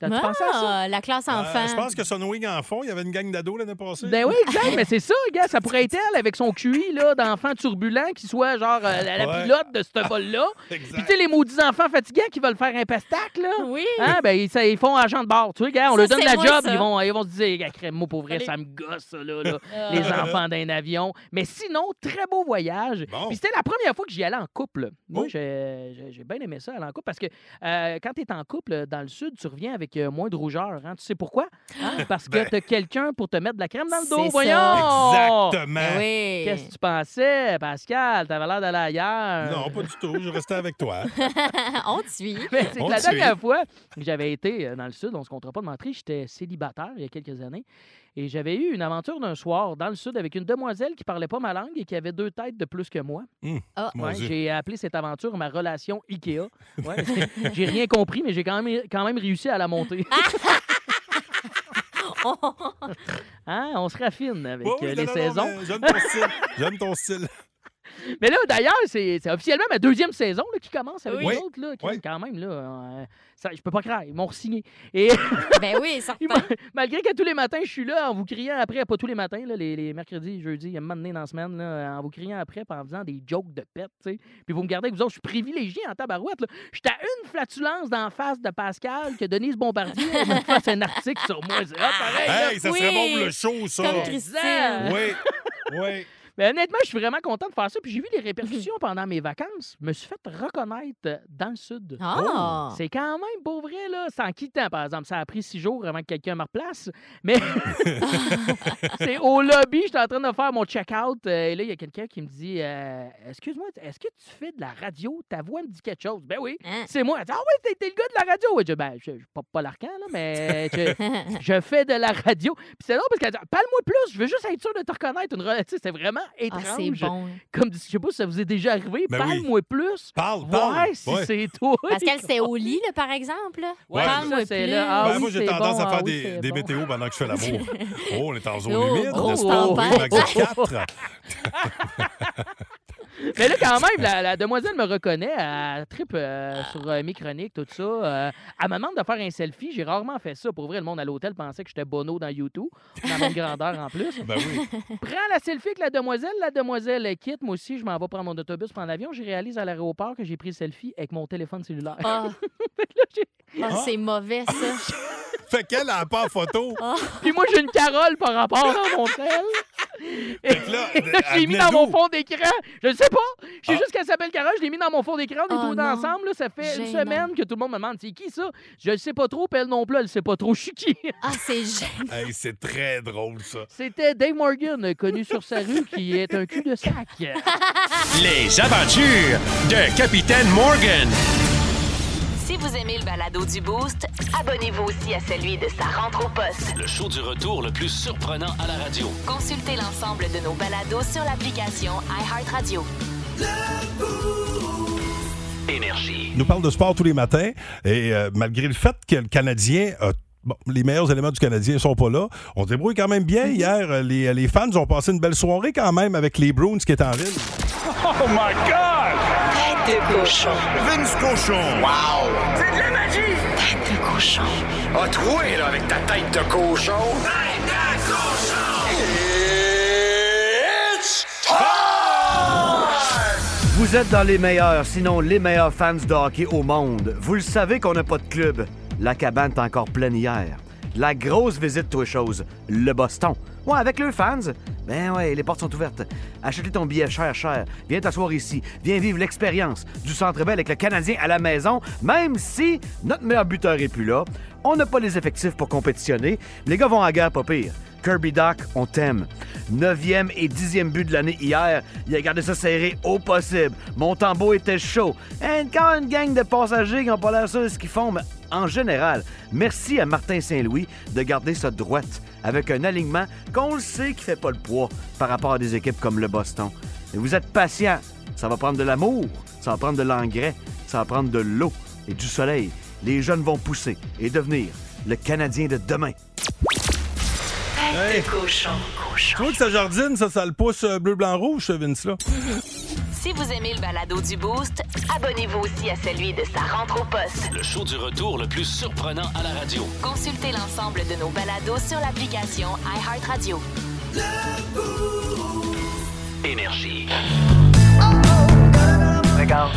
[SPEAKER 12] T'as-tu pensé à ça?
[SPEAKER 3] Ah, la classe enfant.
[SPEAKER 2] Euh, je pense que Sunwing en fond, il y avait une gang d'ados l'année passée.
[SPEAKER 12] Ben oui, exact.
[SPEAKER 2] <laughs>
[SPEAKER 12] mais c'est ça, gars. Ça pourrait être elle avec son QI là, d'enfant turbulent qui soit genre euh, la, la
[SPEAKER 2] Ouais.
[SPEAKER 12] pilote de ce
[SPEAKER 2] <laughs>
[SPEAKER 12] vol-là. Puis tu sais, les maudits enfants fatigants qui veulent faire un pestac, là.
[SPEAKER 3] Oui.
[SPEAKER 12] Hein, ben, ils, ça, ils font agent de bord. Tu sais, gars, on
[SPEAKER 3] Ça,
[SPEAKER 12] leur donne
[SPEAKER 3] c'est
[SPEAKER 12] la
[SPEAKER 3] moi,
[SPEAKER 12] job.
[SPEAKER 3] ça.
[SPEAKER 12] Ils vont, ils vont se dire, gars, crème, moi, pour vrai,
[SPEAKER 3] Allez. Ah.
[SPEAKER 12] ça me gosse, ça, là, là,
[SPEAKER 3] <laughs>
[SPEAKER 12] les enfants d'un avion. Mais sinon, très beau voyage. Puis c'était la première fois que j'y allais en couple. Moi, j'ai j'ai- j'ai bien aimé ça, aller en couple, parce que euh, quand tu es en couple euh, dans le Sud, tu reviens avec euh, moins de rougeur. hein. Tu sais pourquoi? Hein? Parce que
[SPEAKER 3] Ben.
[SPEAKER 12] tu as quelqu'un pour te mettre de la crème dans le
[SPEAKER 3] C'est
[SPEAKER 12] dos,
[SPEAKER 3] ça.
[SPEAKER 12] voyons!
[SPEAKER 2] Exactement. Ben oui.
[SPEAKER 12] Qu'est-ce que tu pensais, Pascal? T'avais l'air d'aller ailleurs.
[SPEAKER 2] Non, pas du tout. Je restais avec toi.
[SPEAKER 3] <laughs> on te suit.
[SPEAKER 12] <laughs> Mais <laughs> c'est
[SPEAKER 2] On
[SPEAKER 12] que la
[SPEAKER 2] te suit.
[SPEAKER 12] dernière fois que j'avais été euh, dans le sud, on se comptera pas de mentir, j'étais célibataire il y a quelques années et j'avais eu une aventure d'un soir dans le sud avec une demoiselle qui parlait pas ma langue et qui avait deux têtes de plus que moi.
[SPEAKER 2] Hum,
[SPEAKER 3] Ah.
[SPEAKER 12] Ouais,
[SPEAKER 3] Mon Dieu.
[SPEAKER 12] j'ai appelé cette aventure ma relation Ikea.
[SPEAKER 2] <laughs>
[SPEAKER 12] Ouais, j'ai rien compris, mais j'ai quand même, quand même réussi à la monter. Hein, on se raffine avec
[SPEAKER 2] Ouais, Oh oui,
[SPEAKER 12] euh,
[SPEAKER 2] non,
[SPEAKER 12] les
[SPEAKER 2] non,
[SPEAKER 12] saisons.
[SPEAKER 2] non, mais J'aime ton style. J'aime ton style.
[SPEAKER 12] <laughs> Mais là, d'ailleurs, c'est c'est officiellement ma deuxième saison là, qui commence avec
[SPEAKER 2] Oui.
[SPEAKER 12] les autres. Là, qui- Quand même, là, euh, ça, je peux pas craindre. Ils m'ont signé. Et...
[SPEAKER 3] <laughs> Ben
[SPEAKER 12] <laughs>
[SPEAKER 3] oui, certain.
[SPEAKER 12] Malgré que tous les matins, je suis là en vous criant après, pas tous les matins, là, les, les mercredis, jeudis, à un moment donné dans la semaine, là, en vous criant après, puis en faisant des jokes de pète, tu sais. Puis vous me gardez, vous autres, je suis privilégié en tabarouette. là. J'étais à une flatulence d'en face de Pascal que Denise Bombardier me fasse un article sur moi. C'est hot, pareil. là.
[SPEAKER 2] Hey, ça serait bon pour le show, ça.
[SPEAKER 12] Exact.
[SPEAKER 2] Oui. Oui.
[SPEAKER 12] <laughs> Mais honnêtement, je suis vraiment content de faire ça. Puis j'ai vu les répercussions pendant mes vacances. Je me suis fait reconnaître euh, dans le sud.
[SPEAKER 3] Ah!
[SPEAKER 12] Oh! C'est quand même pour vrai, là. C'est en quittant, par exemple. Ça a pris six jours avant que quelqu'un me replace.
[SPEAKER 2] <laughs>
[SPEAKER 12] Mais <laughs> c'est au lobby, j'étais en train de faire mon check-out. euh, et là, il y a quelqu'un qui me dit euh, Excuse-moi, est-ce que tu fais de la radio Ta voix me dit quelque chose. Ben oui,
[SPEAKER 3] Hein?
[SPEAKER 12] c'est moi. Elle dit Ah ouais, t'es- t'es le gars de la radio. Ouais, je dis, Ben, je, je pop pas l'arcan, là,
[SPEAKER 3] <laughs>
[SPEAKER 12] mais je, je fais de la radio. Puis c'est drôle parce qu'elle dit Parle-moi plus, je veux juste être sûr de te reconnaître. Une... re- Tu sais, c'est vraiment étrange.
[SPEAKER 3] Ah, c'est bon. hein.
[SPEAKER 12] Comme, je sais pas si ça vous est déjà arrivé.
[SPEAKER 3] Ben oui.
[SPEAKER 12] Parle-moi plus.
[SPEAKER 2] Parle,
[SPEAKER 3] parle.
[SPEAKER 12] Ouais, si
[SPEAKER 3] Ouais.
[SPEAKER 12] c'est toi.
[SPEAKER 3] <laughs> Pascal, c'était au lit, là, par exemple. là.
[SPEAKER 2] Ouais.
[SPEAKER 3] Parle-moi
[SPEAKER 12] Ça, c'est
[SPEAKER 3] plus.
[SPEAKER 12] là. Ah
[SPEAKER 2] Ben,
[SPEAKER 12] oui,
[SPEAKER 2] moi, j'ai
[SPEAKER 12] c'est
[SPEAKER 2] tendance
[SPEAKER 12] bon,
[SPEAKER 2] à
[SPEAKER 12] ah
[SPEAKER 2] faire
[SPEAKER 12] oui,
[SPEAKER 2] des,
[SPEAKER 12] c'est
[SPEAKER 2] des
[SPEAKER 12] bon.
[SPEAKER 2] météos pendant que je
[SPEAKER 12] <laughs>
[SPEAKER 2] fais l'amour. oh, on est en zone
[SPEAKER 12] Oh,
[SPEAKER 2] humide,
[SPEAKER 12] grosse
[SPEAKER 2] n'est-ce pas? Oui,
[SPEAKER 12] tempête.
[SPEAKER 2] Max 4.
[SPEAKER 12] <laughs> Mais là, quand
[SPEAKER 2] <laughs>
[SPEAKER 12] même, la, la demoiselle me reconnaît. Elle tripe
[SPEAKER 2] Ah.
[SPEAKER 12] euh, sur euh, mes chroniques, tout ça. Euh, elle me demande de faire un selfie. J'ai rarement fait ça. Pour vrai, le monde à l'hôtel pensait que j'étais Bono dans YouTube. Dans la même grandeur en plus.
[SPEAKER 2] <laughs> Ben oui.
[SPEAKER 12] <laughs> Prends la selfie avec la demoiselle. La demoiselle elle quitte. Moi aussi, je m'en vais prendre mon autobus, prendre l'avion. Je réalise à l'aéroport que j'ai pris le selfie avec mon téléphone cellulaire. <laughs>
[SPEAKER 3] Ah. Ah,
[SPEAKER 12] Ah.
[SPEAKER 3] c'est mauvais,
[SPEAKER 12] <laughs>
[SPEAKER 3] ça.
[SPEAKER 2] Fait qu'elle a pas en photo.
[SPEAKER 12] Puis moi, j'ai une carole par rapport à mon tel.
[SPEAKER 2] Fait que là,
[SPEAKER 12] Et là, je l'ai mis dans
[SPEAKER 2] amenez-nous.
[SPEAKER 12] mon fond d'écran. Je ne sais pas. Je sais juste qu'elle s'appelle Carole. Je l'ai mis dans mon fond d'écran. On est
[SPEAKER 3] Oh
[SPEAKER 12] tous
[SPEAKER 3] non.
[SPEAKER 12] ensemble. là. Ça fait une
[SPEAKER 3] Gênant.
[SPEAKER 12] semaine que tout le monde me demande c'est qui ça Je ne sais pas trop. Puis elle non plus, elle ne sait pas trop. Je suis qui
[SPEAKER 3] Ah, c'est
[SPEAKER 2] Hey, c'est très drôle, ça.
[SPEAKER 12] C'était Dave Morgan, connu sur sa rue, qui est un cul de sac.
[SPEAKER 11] Les aventures de Capitaine Morgan.
[SPEAKER 1] Si vous aimez le balado du Boost, abonnez-vous aussi à celui de sa rentre au poste.
[SPEAKER 4] Le show du retour le plus surprenant à la radio.
[SPEAKER 1] Consultez l'ensemble de nos balados sur l'application iHeartRadio.
[SPEAKER 4] Énergie.
[SPEAKER 2] nous parle de sport tous les matins et euh, malgré le fait que le Canadien a Bon, les meilleurs éléments du Canadien sont pas là. On se débrouille quand même bien.
[SPEAKER 12] Mm-hmm.
[SPEAKER 2] Hier, euh, les, les fans ont passé une belle soirée quand même avec les Bruins qui étaient en ville.
[SPEAKER 11] Oh my God! Tête de cochon. Vince cochon. Wow! C'est de la magie! Tête de cochon. A troué, là, avec ta tête de cochon. Tête de cochon! It's
[SPEAKER 13] Vous êtes dans les meilleurs, sinon les meilleurs fans de hockey au monde. Vous le savez qu'on n'a pas de club. La cabane est encore pleine hier. La grosse visite, toi chose, le Boston. Ouais, avec leurs fans. Ben ouais, les portes sont ouvertes. Achetez ton billet cher, cher. Viens t'asseoir ici. Viens vivre l'expérience du Centre Bell avec le Canadien à la maison, même si notre meilleur buteur est plus là. On n'a pas les effectifs pour compétitionner. Les gars vont à la guerre, pas pire. Kirby Doc, on t'aime. 9e et 10e but de l'année hier. Il a gardé ça serré au possible. Montembeau était chaud. Et quand une gang de passagers qui n'ont pas l'air sûrs de ce qu'ils font, mais en général, merci à Martin Saint-Louis de garder sa droite avec un alignement qu'on le sait qui fait pas le poids par rapport à des équipes comme le Boston. Et vous êtes patient. Ça va prendre de l'amour, ça va prendre de l'engrais, ça va prendre de l'eau et du soleil. Les jeunes vont pousser et devenir le Canadien de demain.
[SPEAKER 2] Hey. Je trouve que ça jardine, ça, ça le pousse euh, bleu, blanc, rouge, ce Vince-là.
[SPEAKER 1] Si vous aimez le balado du Boost, Abonnez-vous aussi à celui de sa rentre au poste.
[SPEAKER 4] Le show du retour le plus surprenant à la radio.
[SPEAKER 1] Consultez l'ensemble de nos balados sur l'application iHeartRadio.
[SPEAKER 4] Énergie.
[SPEAKER 5] D'accord.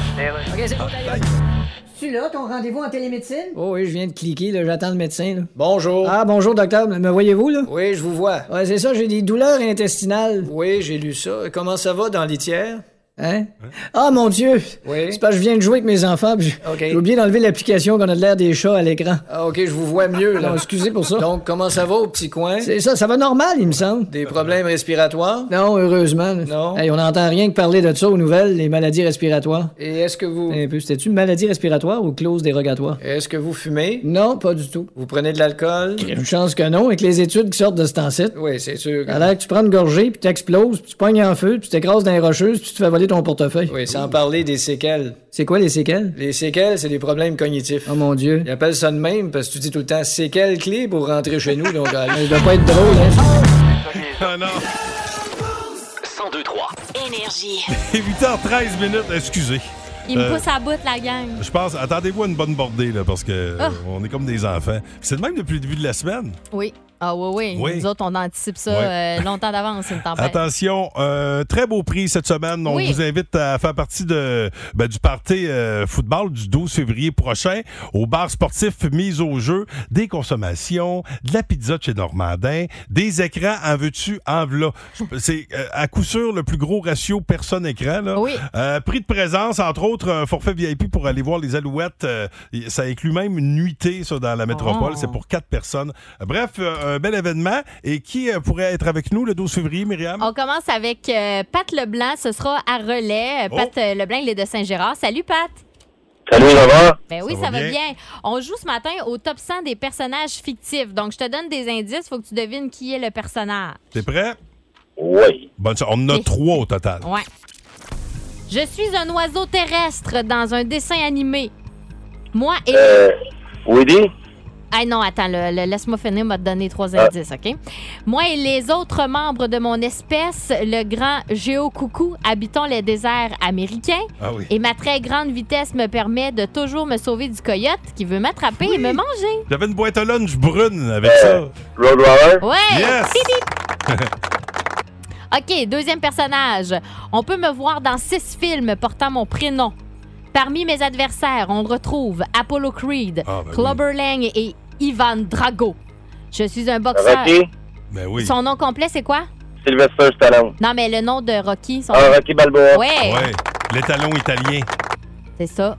[SPEAKER 6] Tu là, ton rendez-vous en télémédecine?
[SPEAKER 5] Oh oui, je viens de cliquer, là, j'attends le médecin. Là.
[SPEAKER 14] Bonjour.
[SPEAKER 5] Ah, bonjour, docteur. Me voyez-vous, là?
[SPEAKER 14] Oui, je vous vois.
[SPEAKER 5] Ouais, c'est ça, j'ai des douleurs intestinales.
[SPEAKER 14] Oui, j'ai lu ça. Comment ça va dans l'itière?
[SPEAKER 5] Hein? Ah, mon Dieu!
[SPEAKER 14] Oui.
[SPEAKER 5] C'est parce que je viens de jouer avec mes enfants, puis j'ai
[SPEAKER 14] OK.
[SPEAKER 5] j'ai oublié d'enlever l'application qu'on a de l'air des chats à l'écran.
[SPEAKER 14] Ah, OK, je vous vois mieux, là.
[SPEAKER 5] Non, excusez pour ça.
[SPEAKER 14] Donc, comment ça va au petit coin?
[SPEAKER 5] C'est ça, ça va normal, il me semble.
[SPEAKER 14] Des problèmes respiratoires?
[SPEAKER 5] Non, heureusement. là.
[SPEAKER 14] Non.
[SPEAKER 5] Hey, on n'entend rien que parler de ça aux nouvelles, les maladies respiratoires.
[SPEAKER 14] Et est-ce que vous...
[SPEAKER 5] Un peu, c'était-tu maladie respiratoire ou clause dérogatoire?
[SPEAKER 14] Est-ce que vous fumez?
[SPEAKER 5] Non, pas du tout.
[SPEAKER 14] Vous prenez de l'alcool?
[SPEAKER 5] Une chance que non, avec les études qui sortent de ce temps-ci.
[SPEAKER 14] Oui, c'est sûr.
[SPEAKER 5] À l'air que tu prends une gorgée, puis t'exploses, puis tu pognes en feu, puis tu t'écrases dans les rocheuses, puis tu te fais voler ton portefeuille.
[SPEAKER 14] Oui, sans parler des séquelles.
[SPEAKER 5] C'est quoi les séquelles?
[SPEAKER 14] Les séquelles, c'est des problèmes cognitifs.
[SPEAKER 5] Oh mon Dieu.
[SPEAKER 14] Ils appellent ça de même parce que tu dis tout le temps séquelles clés pour rentrer chez nous,
[SPEAKER 5] <laughs>
[SPEAKER 14] donc... euh, allez.
[SPEAKER 5] Ça doit pas être drôle, hein?
[SPEAKER 2] Ah non!
[SPEAKER 4] 1023.
[SPEAKER 1] Énergie.
[SPEAKER 2] <laughs> Il est 8h13 minutes, excusez.
[SPEAKER 3] Il me
[SPEAKER 2] Euh,
[SPEAKER 3] pousse à bout, la gang.
[SPEAKER 2] Je pense, attendez-vous à une bonne bordée, là, parce que euh,
[SPEAKER 3] Ah.
[SPEAKER 2] on est comme des enfants. C'est le même depuis le début de la semaine.
[SPEAKER 3] Oui. Ah oui, oui.
[SPEAKER 2] Oui.
[SPEAKER 3] Nous autres, on anticipe ça
[SPEAKER 2] Ouais.
[SPEAKER 3] euh, longtemps d'avance, une tempête.
[SPEAKER 2] Attention, euh, très beau prix cette semaine. On
[SPEAKER 3] Oui.
[SPEAKER 2] vous invite à faire partie de, ben, du party euh, football du 12 février prochain au bar sportif Mise au jeu, des consommations, de la pizza de chez Normandin, des écrans en veux-tu, en v'là. C'est euh, à coup sûr le plus gros ratio personne-écran. là.
[SPEAKER 3] Oui.
[SPEAKER 2] Euh, prix de présence, entre autres, un forfait VIP pour aller voir les Alouettes. euh, y- ça inclut même une nuitée ça, dans la métropole.
[SPEAKER 3] Oh.
[SPEAKER 2] C'est pour quatre personnes. Euh, Bref, euh, un bel événement. Et qui euh, pourrait être avec nous le 12 février, Myriam?
[SPEAKER 3] On commence avec euh, Pat Leblanc. Ce sera à relais. Euh,
[SPEAKER 2] Oh.
[SPEAKER 3] Pat euh, Leblanc, il est de Saint-Gérard. Salut, Pat.
[SPEAKER 15] Salut, ça va?
[SPEAKER 3] Ben oui, ça, va, bien. On joue ce matin au top 100 des personnages fictifs. Donc, je te donne des indices. faut que tu devines qui est le personnage.
[SPEAKER 2] T'es prêt?
[SPEAKER 15] Oui.
[SPEAKER 2] Bonne chance. On en a trois au total.
[SPEAKER 3] Ouais. Je suis un oiseau terrestre dans un dessin animé. Moi et...
[SPEAKER 15] Euh, Woody?
[SPEAKER 3] Ah non, attends, le- le- laisse-moi finir, m'a donné trois
[SPEAKER 15] Ah.
[SPEAKER 3] indices, OK? Moi et les autres membres de mon espèce, le grand géocoucou, habitons les déserts américains.
[SPEAKER 2] Ah oui.
[SPEAKER 3] Et ma très grande vitesse me permet de toujours me sauver du coyote qui veut m'attraper et me manger.
[SPEAKER 2] J'avais une boîte à lunch brune
[SPEAKER 15] Euh,
[SPEAKER 2] avec
[SPEAKER 15] Roadrunner?
[SPEAKER 3] Ouais!
[SPEAKER 2] Yes!
[SPEAKER 3] Bip,
[SPEAKER 2] <laughs>
[SPEAKER 3] bip. OK, deuxième personnage. On peut me voir dans six films portant mon prénom. Parmi mes adversaires, on retrouve Apollo Creed,
[SPEAKER 2] Ah, ben oui.
[SPEAKER 3] Clubber Lang et Ivan Drago. Je suis un boxeur.
[SPEAKER 15] Rocky?
[SPEAKER 2] ça. Ben oui.
[SPEAKER 3] Son nom complet, c'est quoi?
[SPEAKER 15] Sylvester Stallone?
[SPEAKER 3] Non, mais le nom de Rocky. Son
[SPEAKER 15] Ah, Rocky Balboa?
[SPEAKER 3] Ouais,
[SPEAKER 2] Ouais. L'étalon italien.
[SPEAKER 3] c'est ça.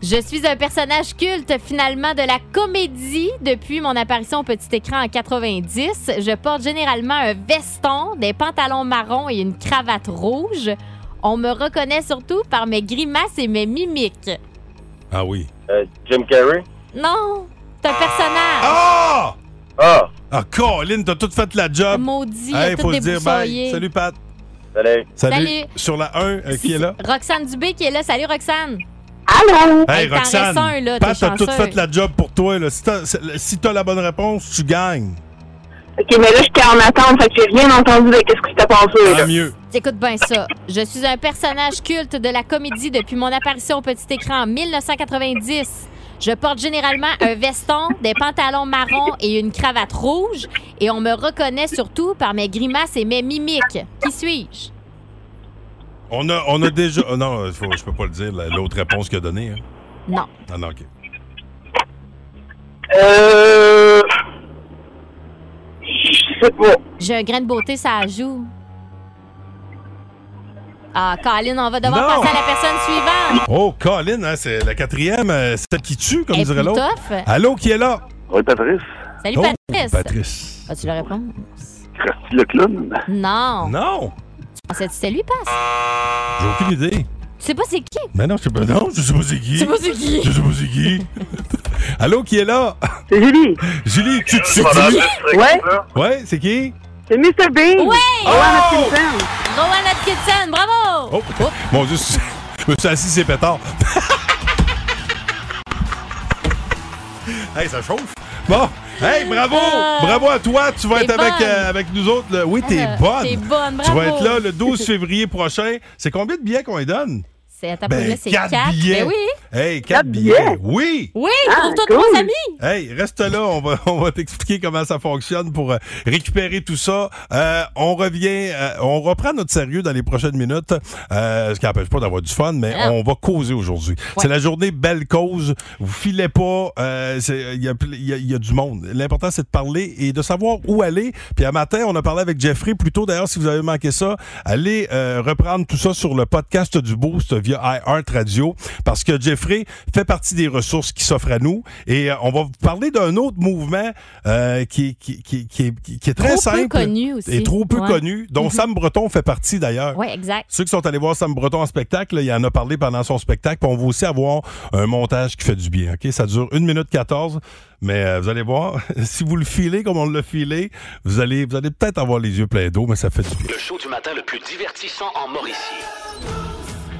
[SPEAKER 3] Je suis un personnage culte finalement de la comédie depuis mon apparition au petit écran en 90. Je porte généralement un veston, des pantalons marrons et une cravate rouge. On me reconnaît surtout par mes grimaces et mes mimiques.
[SPEAKER 2] Ah oui.
[SPEAKER 15] Euh, Jim Carrey?
[SPEAKER 3] Non, c'est un personnage.
[SPEAKER 2] Ah!
[SPEAKER 15] Ah,
[SPEAKER 2] Ah, Colin, t'as tout fait la job.
[SPEAKER 3] Maudit,
[SPEAKER 2] Hey,
[SPEAKER 3] tout
[SPEAKER 2] faut se dire bye.
[SPEAKER 3] déboussoyé.
[SPEAKER 2] Salut, Pat.
[SPEAKER 15] salut.
[SPEAKER 3] Salut.
[SPEAKER 2] Sur la 1, euh, qui est là?
[SPEAKER 3] Roxane Dubé qui est là. Salut Roxane.
[SPEAKER 15] Allô?
[SPEAKER 2] Hey,
[SPEAKER 3] Hey, t'en
[SPEAKER 2] Roxane,
[SPEAKER 3] restes un, là,
[SPEAKER 2] Pat
[SPEAKER 3] t'es
[SPEAKER 2] a tout
[SPEAKER 3] chanceux.
[SPEAKER 2] fait la job pour toi. Là. Si t'as si t'as la bonne réponse, tu gagnes.
[SPEAKER 9] OK, mais là, j'étais en attente, fait que j'ai rien entendu de qu'est-ce qui s'est passé,
[SPEAKER 2] Tant
[SPEAKER 9] là.
[SPEAKER 2] mieux.
[SPEAKER 3] Écoute bien ça. Je suis un personnage culte de la comédie depuis mon apparition au petit écran en 1990. Je porte généralement un veston, des pantalons marrons et une cravate rouge. Et on me reconnaît surtout par mes grimaces et mes mimiques. Qui suis-je?
[SPEAKER 2] On a, on a déjà. oh, non, euh, faut- je peux pas le dire, la- l'autre réponse qu'il a donnée. hein.
[SPEAKER 3] Non.
[SPEAKER 2] Ah non, OK.
[SPEAKER 9] Euh... Je sais pas.
[SPEAKER 3] J'ai un grain de beauté, ça joue. Ah, Colin, on va devoir
[SPEAKER 2] Non.
[SPEAKER 3] passer à la personne suivante.
[SPEAKER 2] Oh, Colin, hein, c'est la quatrième, euh, celle qui tue, comme
[SPEAKER 3] Elle est
[SPEAKER 2] dirait
[SPEAKER 3] plus
[SPEAKER 2] l'autre.
[SPEAKER 3] tough.
[SPEAKER 2] Allô, qui est là?
[SPEAKER 15] Oui, Patrice?
[SPEAKER 3] Salut,
[SPEAKER 2] Oh,
[SPEAKER 3] Patrice.
[SPEAKER 2] Patrice.
[SPEAKER 3] As-tu la réponse?
[SPEAKER 15] Crusty le clown?
[SPEAKER 3] Non.
[SPEAKER 2] Non,
[SPEAKER 3] Pensais-tu que c'était lui, passe?
[SPEAKER 2] j'ai aucune idée.
[SPEAKER 3] Tu sais pas c'est qui?
[SPEAKER 2] Mais non, je sais pas. Non, je sais pas c'est qui.
[SPEAKER 3] Tu sais pas c'est qui?
[SPEAKER 2] Je sais pas c'est qui. <laughs> Allô, qui est là?
[SPEAKER 9] C'est Julie.
[SPEAKER 2] Julie, tu tu
[SPEAKER 15] Madame
[SPEAKER 2] dis?
[SPEAKER 15] District,
[SPEAKER 9] Ouais.
[SPEAKER 15] là.
[SPEAKER 2] Ouais, c'est qui?
[SPEAKER 9] C'est Mr. Bean.
[SPEAKER 3] Ouais!
[SPEAKER 9] Rowan Atkinson.
[SPEAKER 3] Rowan Atkinson, bravo!
[SPEAKER 2] Oh, mon Dieu, je me suis assis, c'est pétard. <laughs> hey, ça chauffe. Bon, hey, bravo!
[SPEAKER 3] Ah.
[SPEAKER 2] bravo à toi, tu vas
[SPEAKER 3] T'es
[SPEAKER 2] être avec,
[SPEAKER 3] bonne.
[SPEAKER 2] euh, avec nous autres. là. Oui, t'es
[SPEAKER 3] Ah,
[SPEAKER 2] bonne.
[SPEAKER 3] t'es bonne,
[SPEAKER 2] Tu
[SPEAKER 3] bravo. <laughs>
[SPEAKER 2] vas être là le 12 février prochain. C'est combien de billets qu'on lui donne?
[SPEAKER 3] C'est, attends,
[SPEAKER 2] Ben,
[SPEAKER 3] là, c'est
[SPEAKER 2] quatre
[SPEAKER 3] 4.
[SPEAKER 2] billets.
[SPEAKER 3] Ben oui.
[SPEAKER 2] Hey, quatre billets. Oui.
[SPEAKER 3] Oui,
[SPEAKER 9] Ah,
[SPEAKER 3] pour tous nos amis.
[SPEAKER 2] Hey, reste là, on va, <laughs> on va t'expliquer comment ça fonctionne pour euh, récupérer tout ça. Euh, on revient, euh, on reprend notre sérieux dans les prochaines minutes, euh, ce qui n'empêche pas d'avoir du fun, mais on va causer aujourd'hui. C'est la journée belle cause. Vous filez pas, euh, c'est- il y, a, pl- il y a- il y a du monde. L'important, c'est de parler et de savoir où aller. Puis un matin, on a parlé avec Jeffrey plus tôt. D'ailleurs, si vous avez manqué ça, allez euh, reprendre tout ça sur le podcast du Boost via iHeart Radio parce que Jeffrey fait partie des ressources qui s'offrent à nous. Et euh, on va vous parler d'un autre mouvement euh, qui, qui, qui, qui est- qui- qui est très
[SPEAKER 3] Trop peu
[SPEAKER 2] simple.
[SPEAKER 3] connu aussi.
[SPEAKER 2] Et trop peu
[SPEAKER 3] Ouais. Mm-hmm.
[SPEAKER 2] connu, dont Sam Breton fait partie d'ailleurs.
[SPEAKER 3] Oui, exact.
[SPEAKER 2] Ceux qui sont allés voir Sam Breton en spectacle, il en a parlé pendant son spectacle. Puis on va aussi avoir un montage qui fait du bien. ok? Ça dure 1 minute 14, mais euh, vous allez voir, <laughs> si vous le filez comme on l'a filé, vous allez, vous allez peut-être avoir les yeux pleins d'eau, mais ça fait du bien.
[SPEAKER 4] Le show du matin le plus divertissant en Mauricie.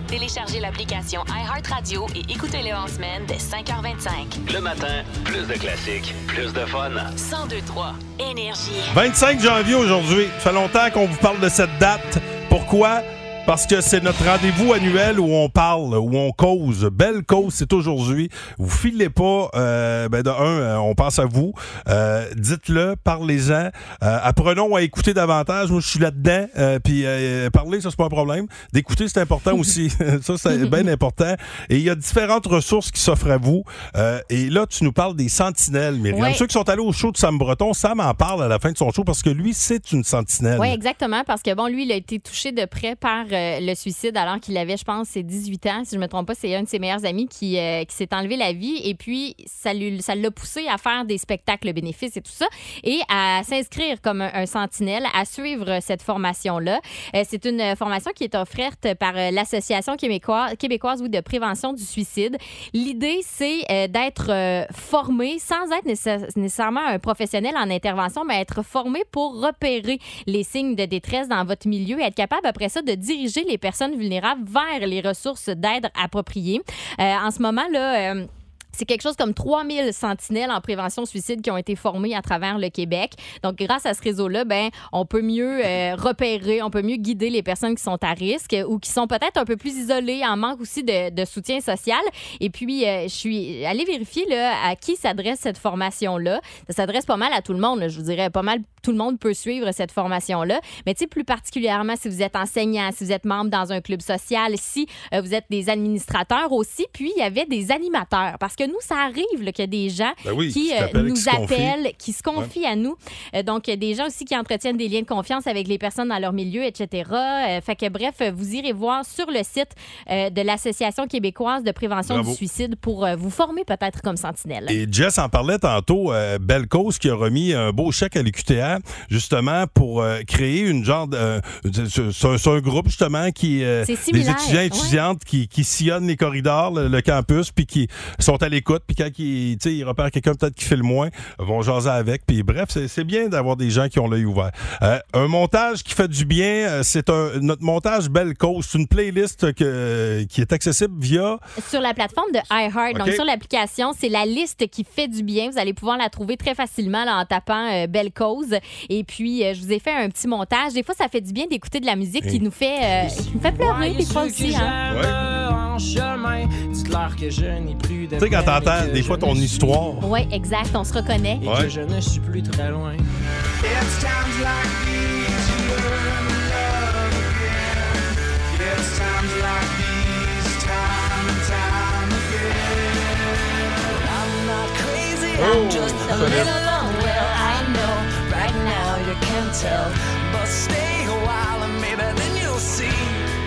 [SPEAKER 1] Téléchargez l'application iHeartRadio et écoutez-le en semaine dès 5h25.
[SPEAKER 4] Le matin, plus de classiques, plus de fun.
[SPEAKER 1] 1023 Énergie.
[SPEAKER 2] 25 janvier aujourd'hui. Ça fait longtemps qu'on vous parle de cette date. Pourquoi? Parce que c'est notre rendez-vous annuel où on parle, où on cause. Belle cause, c'est aujourd'hui. Vous filez pas, euh, ben de un, euh, on pense à vous. Euh, Dites-le, parlez-en. Euh, apprenons à écouter davantage. Moi, je suis là-dedans. Euh, Puis euh, parler, ça, c'est pas un problème. D'écouter, c'est important aussi. <laughs> ça, c'est bien important. Et il y a différentes ressources qui s'offrent à vous. Euh, et là, tu nous parles des sentinelles, Myriam.
[SPEAKER 3] Ouais.
[SPEAKER 2] Ceux qui sont allés au show de Sam Breton, Sam en parle à la fin de son show parce que lui, c'est une sentinelle.
[SPEAKER 3] Oui, exactement, parce que bon, lui, il a été touché de près par euh, le suicide alors qu'il avait, je pense, ses 18 ans. Si je me trompe pas, c'est un de ses meilleurs amis qui, euh, qui s'est enlevé la vie. Et puis, ça lui- ça l'a poussé à faire des spectacles bénéfices et tout ça, et à s'inscrire comme un, un sentinelle, à suivre euh, cette formation-là. Euh, c'est une euh, formation qui est offerte par euh, l'Association québécoise, québécoise oui, de prévention du suicide. L'idée, c'est euh, d'être euh, formé sans être nécess- nécessairement un professionnel en intervention, mais être formé pour repérer les signes de détresse dans votre milieu et être capable après ça de diriger les personnes vulnérables vers les ressources d'aide appropriées. Euh, en ce moment, là... euh, c'est quelque chose comme 3000 sentinelles en prévention suicide qui ont été formées à travers le Québec. Donc, grâce à ce réseau-là, ben, on peut mieux euh, repérer, on peut mieux guider les personnes qui sont à risque euh, ou qui sont peut-être un peu plus isolées, en manque aussi de, de soutien social. Et puis, euh, je suis allée vérifier là, à qui s'adresse cette formation-là. Ça s'adresse pas mal à tout le monde, là, je vous dirais. Pas mal, tout le monde peut suivre cette formation-là. Mais tu sais, plus particulièrement si vous êtes enseignant, si vous êtes membre dans un club social, si euh, vous êtes des administrateurs aussi. Puis, il y avait des animateurs. Parce que nous, ça arrive là, qu'il y a des gens
[SPEAKER 16] Ben oui,
[SPEAKER 3] qui
[SPEAKER 16] qui
[SPEAKER 3] euh,
[SPEAKER 16] t'appellent, qui
[SPEAKER 3] nous
[SPEAKER 16] se confient.
[SPEAKER 3] appellent, qui se confient à nous. Euh, donc, euh, des gens aussi qui entretiennent des liens de confiance avec les personnes dans leur milieu, etc. Euh, fait que, bref, euh, vous irez voir sur le site euh, de l'Association québécoise de prévention
[SPEAKER 2] Bravo.
[SPEAKER 3] du suicide pour euh, vous former peut-être comme sentinelle.
[SPEAKER 2] Et Jess en parlait tantôt, euh, Belle Cause qui a remis un beau chèque à l'UQTR, justement, pour euh, créer une genre de. euh, c'est- c'est un- c'est un groupe, justement, qui. euh,
[SPEAKER 3] C'est
[SPEAKER 2] des
[SPEAKER 3] similaire,
[SPEAKER 2] étudiants et
[SPEAKER 3] ouais.
[SPEAKER 2] étudiantes qui, qui sillonnent les corridors, le, le campus, puis qui sont à l'écoute, puis quand ils, tu sais, ils repèrent quelqu'un peut-être qui fait le moins, vont jaser avec. Puis bref, c'est c'est bien d'avoir des gens qui ont l'œil ouvert. Euh, un montage qui fait du bien, euh, c'est un- notre montage Belle Cause. C'est une playlist que, euh, qui est accessible via.
[SPEAKER 3] Sur la plateforme de iHeart,
[SPEAKER 2] OK.
[SPEAKER 3] donc sur l'application, c'est la liste qui fait du bien. Vous allez pouvoir la trouver très facilement là, en tapant euh, Belle Cause. Et puis, euh, je vous ai fait un petit montage. Des fois, ça fait du bien d'écouter de la musique qui
[SPEAKER 16] Hey.
[SPEAKER 3] nous fait, euh, qui nous fait pleurer des fois aussi. hein.
[SPEAKER 16] en chemin, dites-leur que je n'ai plus de
[SPEAKER 2] Tu sais,
[SPEAKER 16] peine
[SPEAKER 2] quand
[SPEAKER 16] et
[SPEAKER 2] t'entends
[SPEAKER 16] que
[SPEAKER 2] des
[SPEAKER 16] je
[SPEAKER 2] fois
[SPEAKER 16] ne
[SPEAKER 2] ton
[SPEAKER 16] suis-
[SPEAKER 2] histoire.
[SPEAKER 3] Ouais, exact. On se reconnaît.
[SPEAKER 16] Et
[SPEAKER 2] Ouais.
[SPEAKER 16] que je ne suis plus très loin.
[SPEAKER 11] Oh,
[SPEAKER 16] a
[SPEAKER 11] ça
[SPEAKER 16] little
[SPEAKER 11] lève.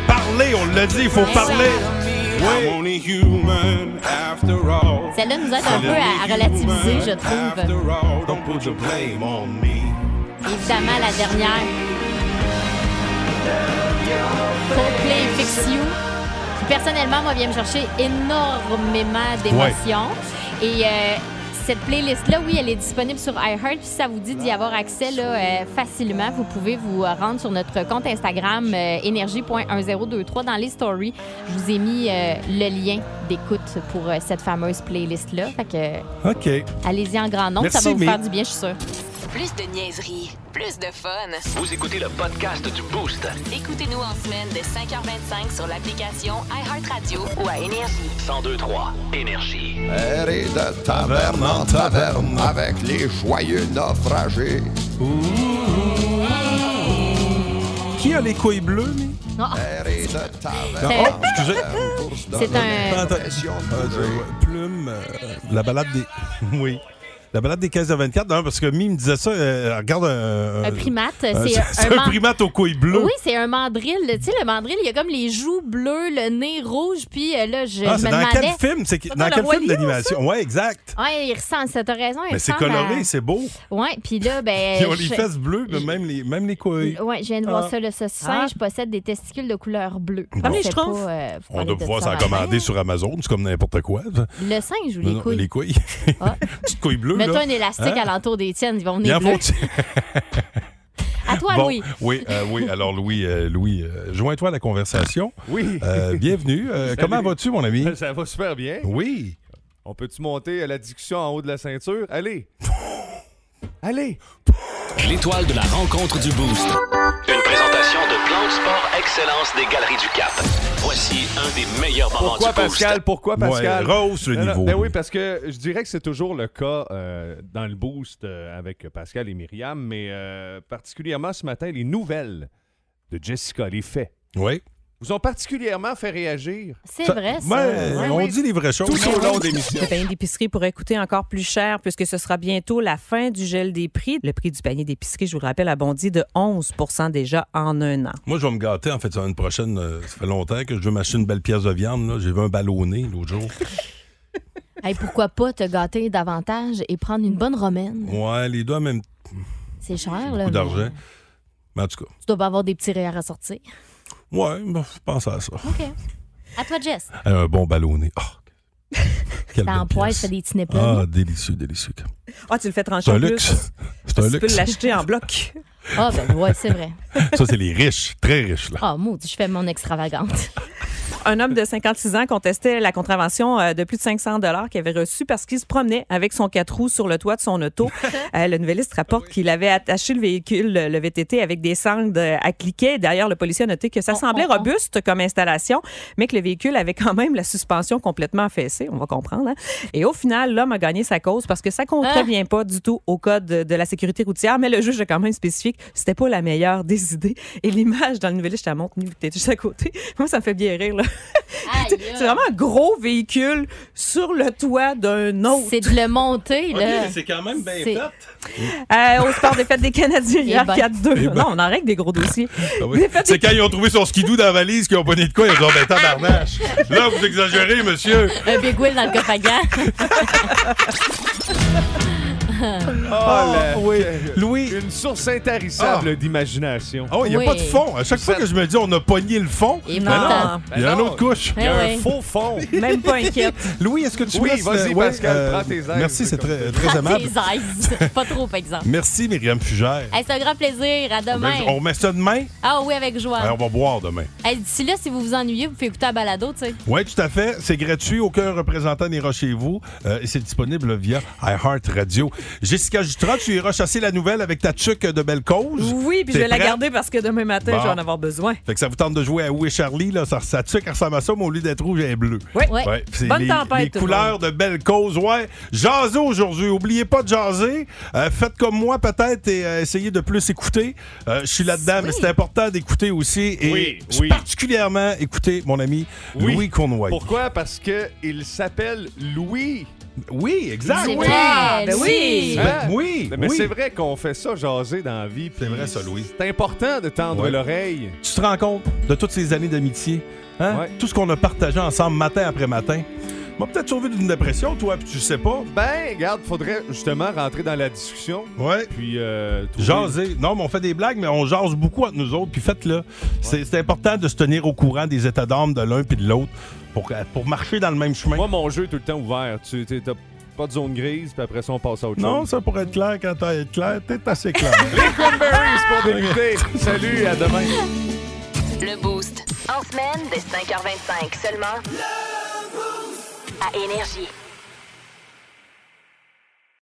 [SPEAKER 2] Parler, on l'a dit, il faut
[SPEAKER 3] Ouais.
[SPEAKER 2] parler.
[SPEAKER 3] Ouais.
[SPEAKER 2] Oui.
[SPEAKER 3] Celle-là nous aide un peu à, à relativiser, je trouve. euh, Évidemment, la dernière. Coldplay Fix You. qui, Personnellement, moi, vient me chercher énormément d'émotions. Et euh, cette playlist-là, oui, elle est disponible sur iHeart. Puis ça vous dit d'y avoir accès là, euh, facilement. Vous pouvez vous euh, rendre sur notre compte Instagram euh, énergie.1023 dans les stories. Je vous ai mis euh, le lien d'écoute pour euh, cette fameuse playlist-là. Fait que euh,
[SPEAKER 2] OK.
[SPEAKER 3] allez-y en grand nombre. ça
[SPEAKER 2] Merci,
[SPEAKER 3] va vous
[SPEAKER 2] mais-
[SPEAKER 3] faire du bien, je suis sûre.
[SPEAKER 1] Plus de niaiserie, plus de fun.
[SPEAKER 4] Vous écoutez le podcast du Boost.
[SPEAKER 1] Écoutez-nous en semaine de 5h25 sur l'application iHeartRadio ou à Énergie.
[SPEAKER 4] 1023 Énergie.
[SPEAKER 17] Elle est de taverne en taverne avec les joyeux naufragés.
[SPEAKER 2] Qui a les couilles bleues, mais?
[SPEAKER 17] Elle est de
[SPEAKER 2] Non,
[SPEAKER 17] taverne
[SPEAKER 2] oh,
[SPEAKER 17] en
[SPEAKER 2] excusez.
[SPEAKER 17] taverne.
[SPEAKER 3] Euh, C'est un-
[SPEAKER 2] Attends,
[SPEAKER 17] Euh,
[SPEAKER 2] euh, Plume, euh, la balade des. <laughs> Oui. La balade des caisses de 24, non, parce que Mi me disait ça, euh, regarde un.
[SPEAKER 3] Un primate,
[SPEAKER 2] un-
[SPEAKER 3] c'est
[SPEAKER 2] <laughs> C'est
[SPEAKER 3] un
[SPEAKER 2] un,
[SPEAKER 3] man-
[SPEAKER 2] primate aux couilles bleues.
[SPEAKER 3] Oui, c'est un mandril. Tu sais, le mandril, il y a comme les joues bleues, le nez rouge, puis euh, là, je
[SPEAKER 2] Ah,
[SPEAKER 3] me
[SPEAKER 2] c'est dans quel
[SPEAKER 3] demandais-
[SPEAKER 2] film? C'est qui-
[SPEAKER 3] Pas
[SPEAKER 2] Dans
[SPEAKER 3] le
[SPEAKER 2] quel
[SPEAKER 3] Roi
[SPEAKER 2] film
[SPEAKER 3] Lion,
[SPEAKER 2] d'animation? Ouais, exact.
[SPEAKER 3] Ouais, il ressemble, ça, t'as raison. il
[SPEAKER 2] Mais c'est
[SPEAKER 3] ressemble
[SPEAKER 2] coloré,
[SPEAKER 3] à-
[SPEAKER 2] c'est beau.
[SPEAKER 3] Ouais, puis là, ben.
[SPEAKER 2] <laughs> Ils ont les
[SPEAKER 3] je-
[SPEAKER 2] fesses bleues, mais même les, même les couilles.
[SPEAKER 3] Ouais, je viens de voir
[SPEAKER 2] Ah.
[SPEAKER 3] ça. Le ce singe possède des testicules de couleur bleue.
[SPEAKER 2] Comme les
[SPEAKER 3] Je sais
[SPEAKER 2] schtroumpfs.
[SPEAKER 3] pas, euh, faut
[SPEAKER 2] On
[SPEAKER 3] parler
[SPEAKER 2] doit
[SPEAKER 3] de
[SPEAKER 2] pouvoir
[SPEAKER 3] ça
[SPEAKER 2] s'en
[SPEAKER 3] maintenant.
[SPEAKER 2] commander sur Amazon, c'est comme n'importe quoi.
[SPEAKER 3] Le singe ou
[SPEAKER 2] Non,
[SPEAKER 3] les
[SPEAKER 2] non,
[SPEAKER 3] couilles? Ah.
[SPEAKER 2] Les couilles. <laughs> Petite couille bleue.
[SPEAKER 3] Mets-toi
[SPEAKER 2] là.
[SPEAKER 3] un élastique
[SPEAKER 2] Hein?
[SPEAKER 3] alentour des tiennes, ils vont
[SPEAKER 2] Il
[SPEAKER 3] venir
[SPEAKER 2] en
[SPEAKER 3] bleus.
[SPEAKER 2] faut-
[SPEAKER 3] À <laughs> toi,
[SPEAKER 2] Bon,
[SPEAKER 3] Louis.
[SPEAKER 2] Oui, euh, oui. Alors, Louis, euh, Louis euh, joins-toi à la conversation.
[SPEAKER 18] Oui.
[SPEAKER 2] Euh, bienvenue. Euh,
[SPEAKER 18] Salut.
[SPEAKER 2] comment vas-tu, mon ami?
[SPEAKER 18] Ça va super bien.
[SPEAKER 2] Oui.
[SPEAKER 18] On peut-tu monter à la discussion en haut de la ceinture?
[SPEAKER 2] <laughs>
[SPEAKER 18] Allez! Allez!
[SPEAKER 4] L'étoile de la rencontre du Boost. Une présentation de Plan de Sport Excellence des Galeries du Cap. Voici un des meilleurs moments
[SPEAKER 18] Pourquoi
[SPEAKER 4] du Boost.
[SPEAKER 18] Pascal? Pourquoi Pascal?
[SPEAKER 2] Ouais, rehausse le
[SPEAKER 18] Non, non,
[SPEAKER 2] niveau.
[SPEAKER 18] Ben oui, parce que je dirais que c'est toujours le cas euh, dans le boost euh, avec Pascal et Myriam, mais euh, particulièrement ce matin, les nouvelles de Jessica, les faits.
[SPEAKER 2] Oui.
[SPEAKER 18] Vous ont particulièrement fait réagir.
[SPEAKER 3] C'est
[SPEAKER 2] Ça-
[SPEAKER 3] vrai, ça.
[SPEAKER 2] Ben,
[SPEAKER 3] Ouais,
[SPEAKER 2] on
[SPEAKER 3] oui.
[SPEAKER 2] dit les vraies choses.
[SPEAKER 8] Tout au long des
[SPEAKER 2] <laughs>
[SPEAKER 8] Le panier d'épicerie pourrait coûter encore plus cher puisque ce sera bientôt la fin du gel des prix. Le prix du panier d'épicerie, je vous le rappelle, a bondi de 11 déjà en un an.
[SPEAKER 2] Moi, je vais me gâter, en fait, semaine prochaine. euh, ça fait longtemps que je veux m'acheter une belle pièce de viande. là. J'ai vu un ballonné
[SPEAKER 3] <laughs>
[SPEAKER 2] l'autre jour.
[SPEAKER 3] Hey, pourquoi pas te gâter davantage et prendre une bonne romaine?
[SPEAKER 2] Ouais, les deux en même
[SPEAKER 3] C'est cher, là.
[SPEAKER 2] coup
[SPEAKER 3] mais
[SPEAKER 2] d'argent. Mais en tout cas,
[SPEAKER 3] Tu dois pas avoir des petits rires à sortir.
[SPEAKER 2] ouais, ben, je pense à ça.
[SPEAKER 3] OK. À toi, Jess.
[SPEAKER 2] Un bon ballonné. Ah, quelle
[SPEAKER 3] T'en
[SPEAKER 2] belle
[SPEAKER 3] poêle,
[SPEAKER 2] pièce.
[SPEAKER 3] je fais des petits nipples.
[SPEAKER 2] Ah, délicieux, délicieux.
[SPEAKER 8] Ah, tu le fais
[SPEAKER 2] C'est
[SPEAKER 8] trancher
[SPEAKER 2] un
[SPEAKER 8] en plus.
[SPEAKER 2] luxe. C'est un
[SPEAKER 8] Tu peux
[SPEAKER 2] luxe.
[SPEAKER 8] l'acheter en bloc.
[SPEAKER 3] Ah, ben ouais, c'est
[SPEAKER 2] <laughs>
[SPEAKER 3] vrai.
[SPEAKER 2] Ça, c'est les riches, très
[SPEAKER 8] <laughs>
[SPEAKER 2] riches, là.
[SPEAKER 3] Ah, maudit, je fais mon extravagante. <laughs>
[SPEAKER 8] Un homme de 56 ans contestait la contravention euh, de plus de 500 dollars qu'il avait reçue parce qu'il se promenait avec son quatre roues sur le toit de son
[SPEAKER 3] <laughs>
[SPEAKER 8] auto. Euh, le nouvelliste rapporte qu'il avait attaché le véhicule, le le VTT, avec des sangles euh, à cliquer. D'ailleurs, le policier a noté que ça semblait robuste comme installation, mais que le véhicule avait quand même la suspension complètement affaissée. On va comprendre. hein. Et au final, l'homme a gagné sa cause parce que
[SPEAKER 3] Ah.
[SPEAKER 8] ça ne contrevient pas du tout au code de, de la sécurité routière, mais le juge a quand même spécifié que c'était pas la meilleure des <laughs> idées. Et l'image dans le nouvelliste, je te la montre, Nive, t'es juste à côté. <laughs> Moi, ça me fait bien rire, là. <laughs> C'est c'est vraiment un gros véhicule sur le toit d'un autre.
[SPEAKER 3] C'est de le monter,
[SPEAKER 2] OK,
[SPEAKER 3] là.
[SPEAKER 2] mais c'est quand même bien
[SPEAKER 3] C'est-
[SPEAKER 8] Euh, au sport des fêtes des Canadiens hier,
[SPEAKER 3] Eh ben.
[SPEAKER 8] 4-2.
[SPEAKER 2] Eh ben.
[SPEAKER 8] Non, on en règle des gros dossiers.
[SPEAKER 2] Ah oui. C'est quand ils ont trouvé son skidou dans la valise qu'ils ont pas de quoi, ils ont dit ben tabarnache. Là, vous exagérez, monsieur.
[SPEAKER 3] Un big wheel dans le copagan.
[SPEAKER 18] Ah,
[SPEAKER 2] Oh, oui. Louis. Ah.
[SPEAKER 18] Une source intarissable d'imagination.
[SPEAKER 2] Oh, il n'y a
[SPEAKER 18] Oui.
[SPEAKER 2] pas de fond. À chaque fois que je me dis on a pogné le fond,
[SPEAKER 18] Et
[SPEAKER 2] ben non,
[SPEAKER 18] pourtant.
[SPEAKER 2] il y a
[SPEAKER 18] Ben
[SPEAKER 2] une
[SPEAKER 18] non.
[SPEAKER 2] autre couche.
[SPEAKER 18] Il y a un Eh oui. faux fond. Même pas inquiète.
[SPEAKER 2] <laughs> Louis, est-ce que tu
[SPEAKER 18] Oui,
[SPEAKER 2] laisses le-
[SPEAKER 18] vas-y,
[SPEAKER 2] ouais,
[SPEAKER 18] Pascal,
[SPEAKER 2] euh,
[SPEAKER 18] prends tes aises.
[SPEAKER 2] Merci, c'est très,
[SPEAKER 3] <laughs>
[SPEAKER 2] très
[SPEAKER 3] Tes
[SPEAKER 2] aimable.
[SPEAKER 3] eyes. Pas trop, par exemple.
[SPEAKER 2] Merci, Myriam Fugère.
[SPEAKER 3] Hey, c'est un grand plaisir. À demain.
[SPEAKER 2] On met ça demain?
[SPEAKER 3] Ah oui, avec joie.
[SPEAKER 2] Alors, on va boire demain.
[SPEAKER 3] Hey, D'ici là, si vous vous ennuyez, vous pouvez écouter à balado, tu sais.
[SPEAKER 2] Oui, tout à fait. C'est gratuit. Aucun représentant n'ira chez vous. Euh, et c'est disponible via iHeartRadio. Jessica Jutra, tu iras chasser la nouvelle avec ta tuque de belle cause.
[SPEAKER 8] Oui, puis je
[SPEAKER 2] T'es
[SPEAKER 8] vais la
[SPEAKER 2] prête?
[SPEAKER 8] garder parce que demain matin,
[SPEAKER 2] Bon.
[SPEAKER 8] je vais en avoir besoin.
[SPEAKER 2] Fait que ça vous tente de jouer à Où est Charlie, là, ça, ça tue qu'elle ressemble à ça, mais au lieu d'être rouge, elle est bleue.
[SPEAKER 8] Oui. Oui.
[SPEAKER 2] c'est
[SPEAKER 8] Bonne
[SPEAKER 2] les,
[SPEAKER 8] tempête,
[SPEAKER 2] les
[SPEAKER 8] tout le
[SPEAKER 2] couleurs de belles causes, ouais. Jasez aujourd'hui, oubliez pas de jaser. Euh, faites comme moi peut-être et euh, essayez de plus écouter. Euh, je suis là-dedans, mais c'est important d'écouter aussi. Et
[SPEAKER 18] Oui,
[SPEAKER 2] je suis
[SPEAKER 18] oui.
[SPEAKER 2] particulièrement écouter mon ami
[SPEAKER 18] Oui.
[SPEAKER 2] Louis Cournoyer.
[SPEAKER 18] Pourquoi? Parce qu'il s'appelle Louis.
[SPEAKER 2] Oui, exact.
[SPEAKER 18] Oui.
[SPEAKER 2] Oui.
[SPEAKER 18] Ah, ben
[SPEAKER 2] Oui.
[SPEAKER 18] oui.
[SPEAKER 2] Ben oui,
[SPEAKER 18] Mais
[SPEAKER 2] oui.
[SPEAKER 18] c'est vrai qu'on fait ça jaser dans la vie. C'est vrai, ça,
[SPEAKER 2] Louis.
[SPEAKER 18] C'est important de tendre
[SPEAKER 2] Ouais.
[SPEAKER 18] l'oreille.
[SPEAKER 2] Tu te rends compte de toutes ces années d'amitié, hein? tout ce qu'on a partagé ensemble matin après matin. M'a peut-être sauvé d'une dépression, toi, puis tu sais pas.
[SPEAKER 18] Ben, regarde, faudrait justement rentrer dans la discussion.
[SPEAKER 2] Ouais.
[SPEAKER 18] Puis, euh, trouver-
[SPEAKER 2] Jaser. Non, mais on fait des blagues, mais on jase beaucoup entre nous autres. Puis faites-le. C'est c'est important de se tenir au courant des états d'âme de l'un puis de l'autre pour, pour marcher dans le même chemin.
[SPEAKER 18] Moi, mon jeu est tout le temps ouvert. Tu t'es- t'as pas de zone grise, puis après ça, on passe à autre
[SPEAKER 2] Non,
[SPEAKER 18] chose.
[SPEAKER 2] ça pourrait être clair quand t'as être clair. T'es assez clair.
[SPEAKER 18] <laughs> Les Cranberries
[SPEAKER 2] <laughs>
[SPEAKER 18] pour débuter. Salut, à demain.
[SPEAKER 1] Le Boost. En semaine de 5h25 seulement. À Énergie.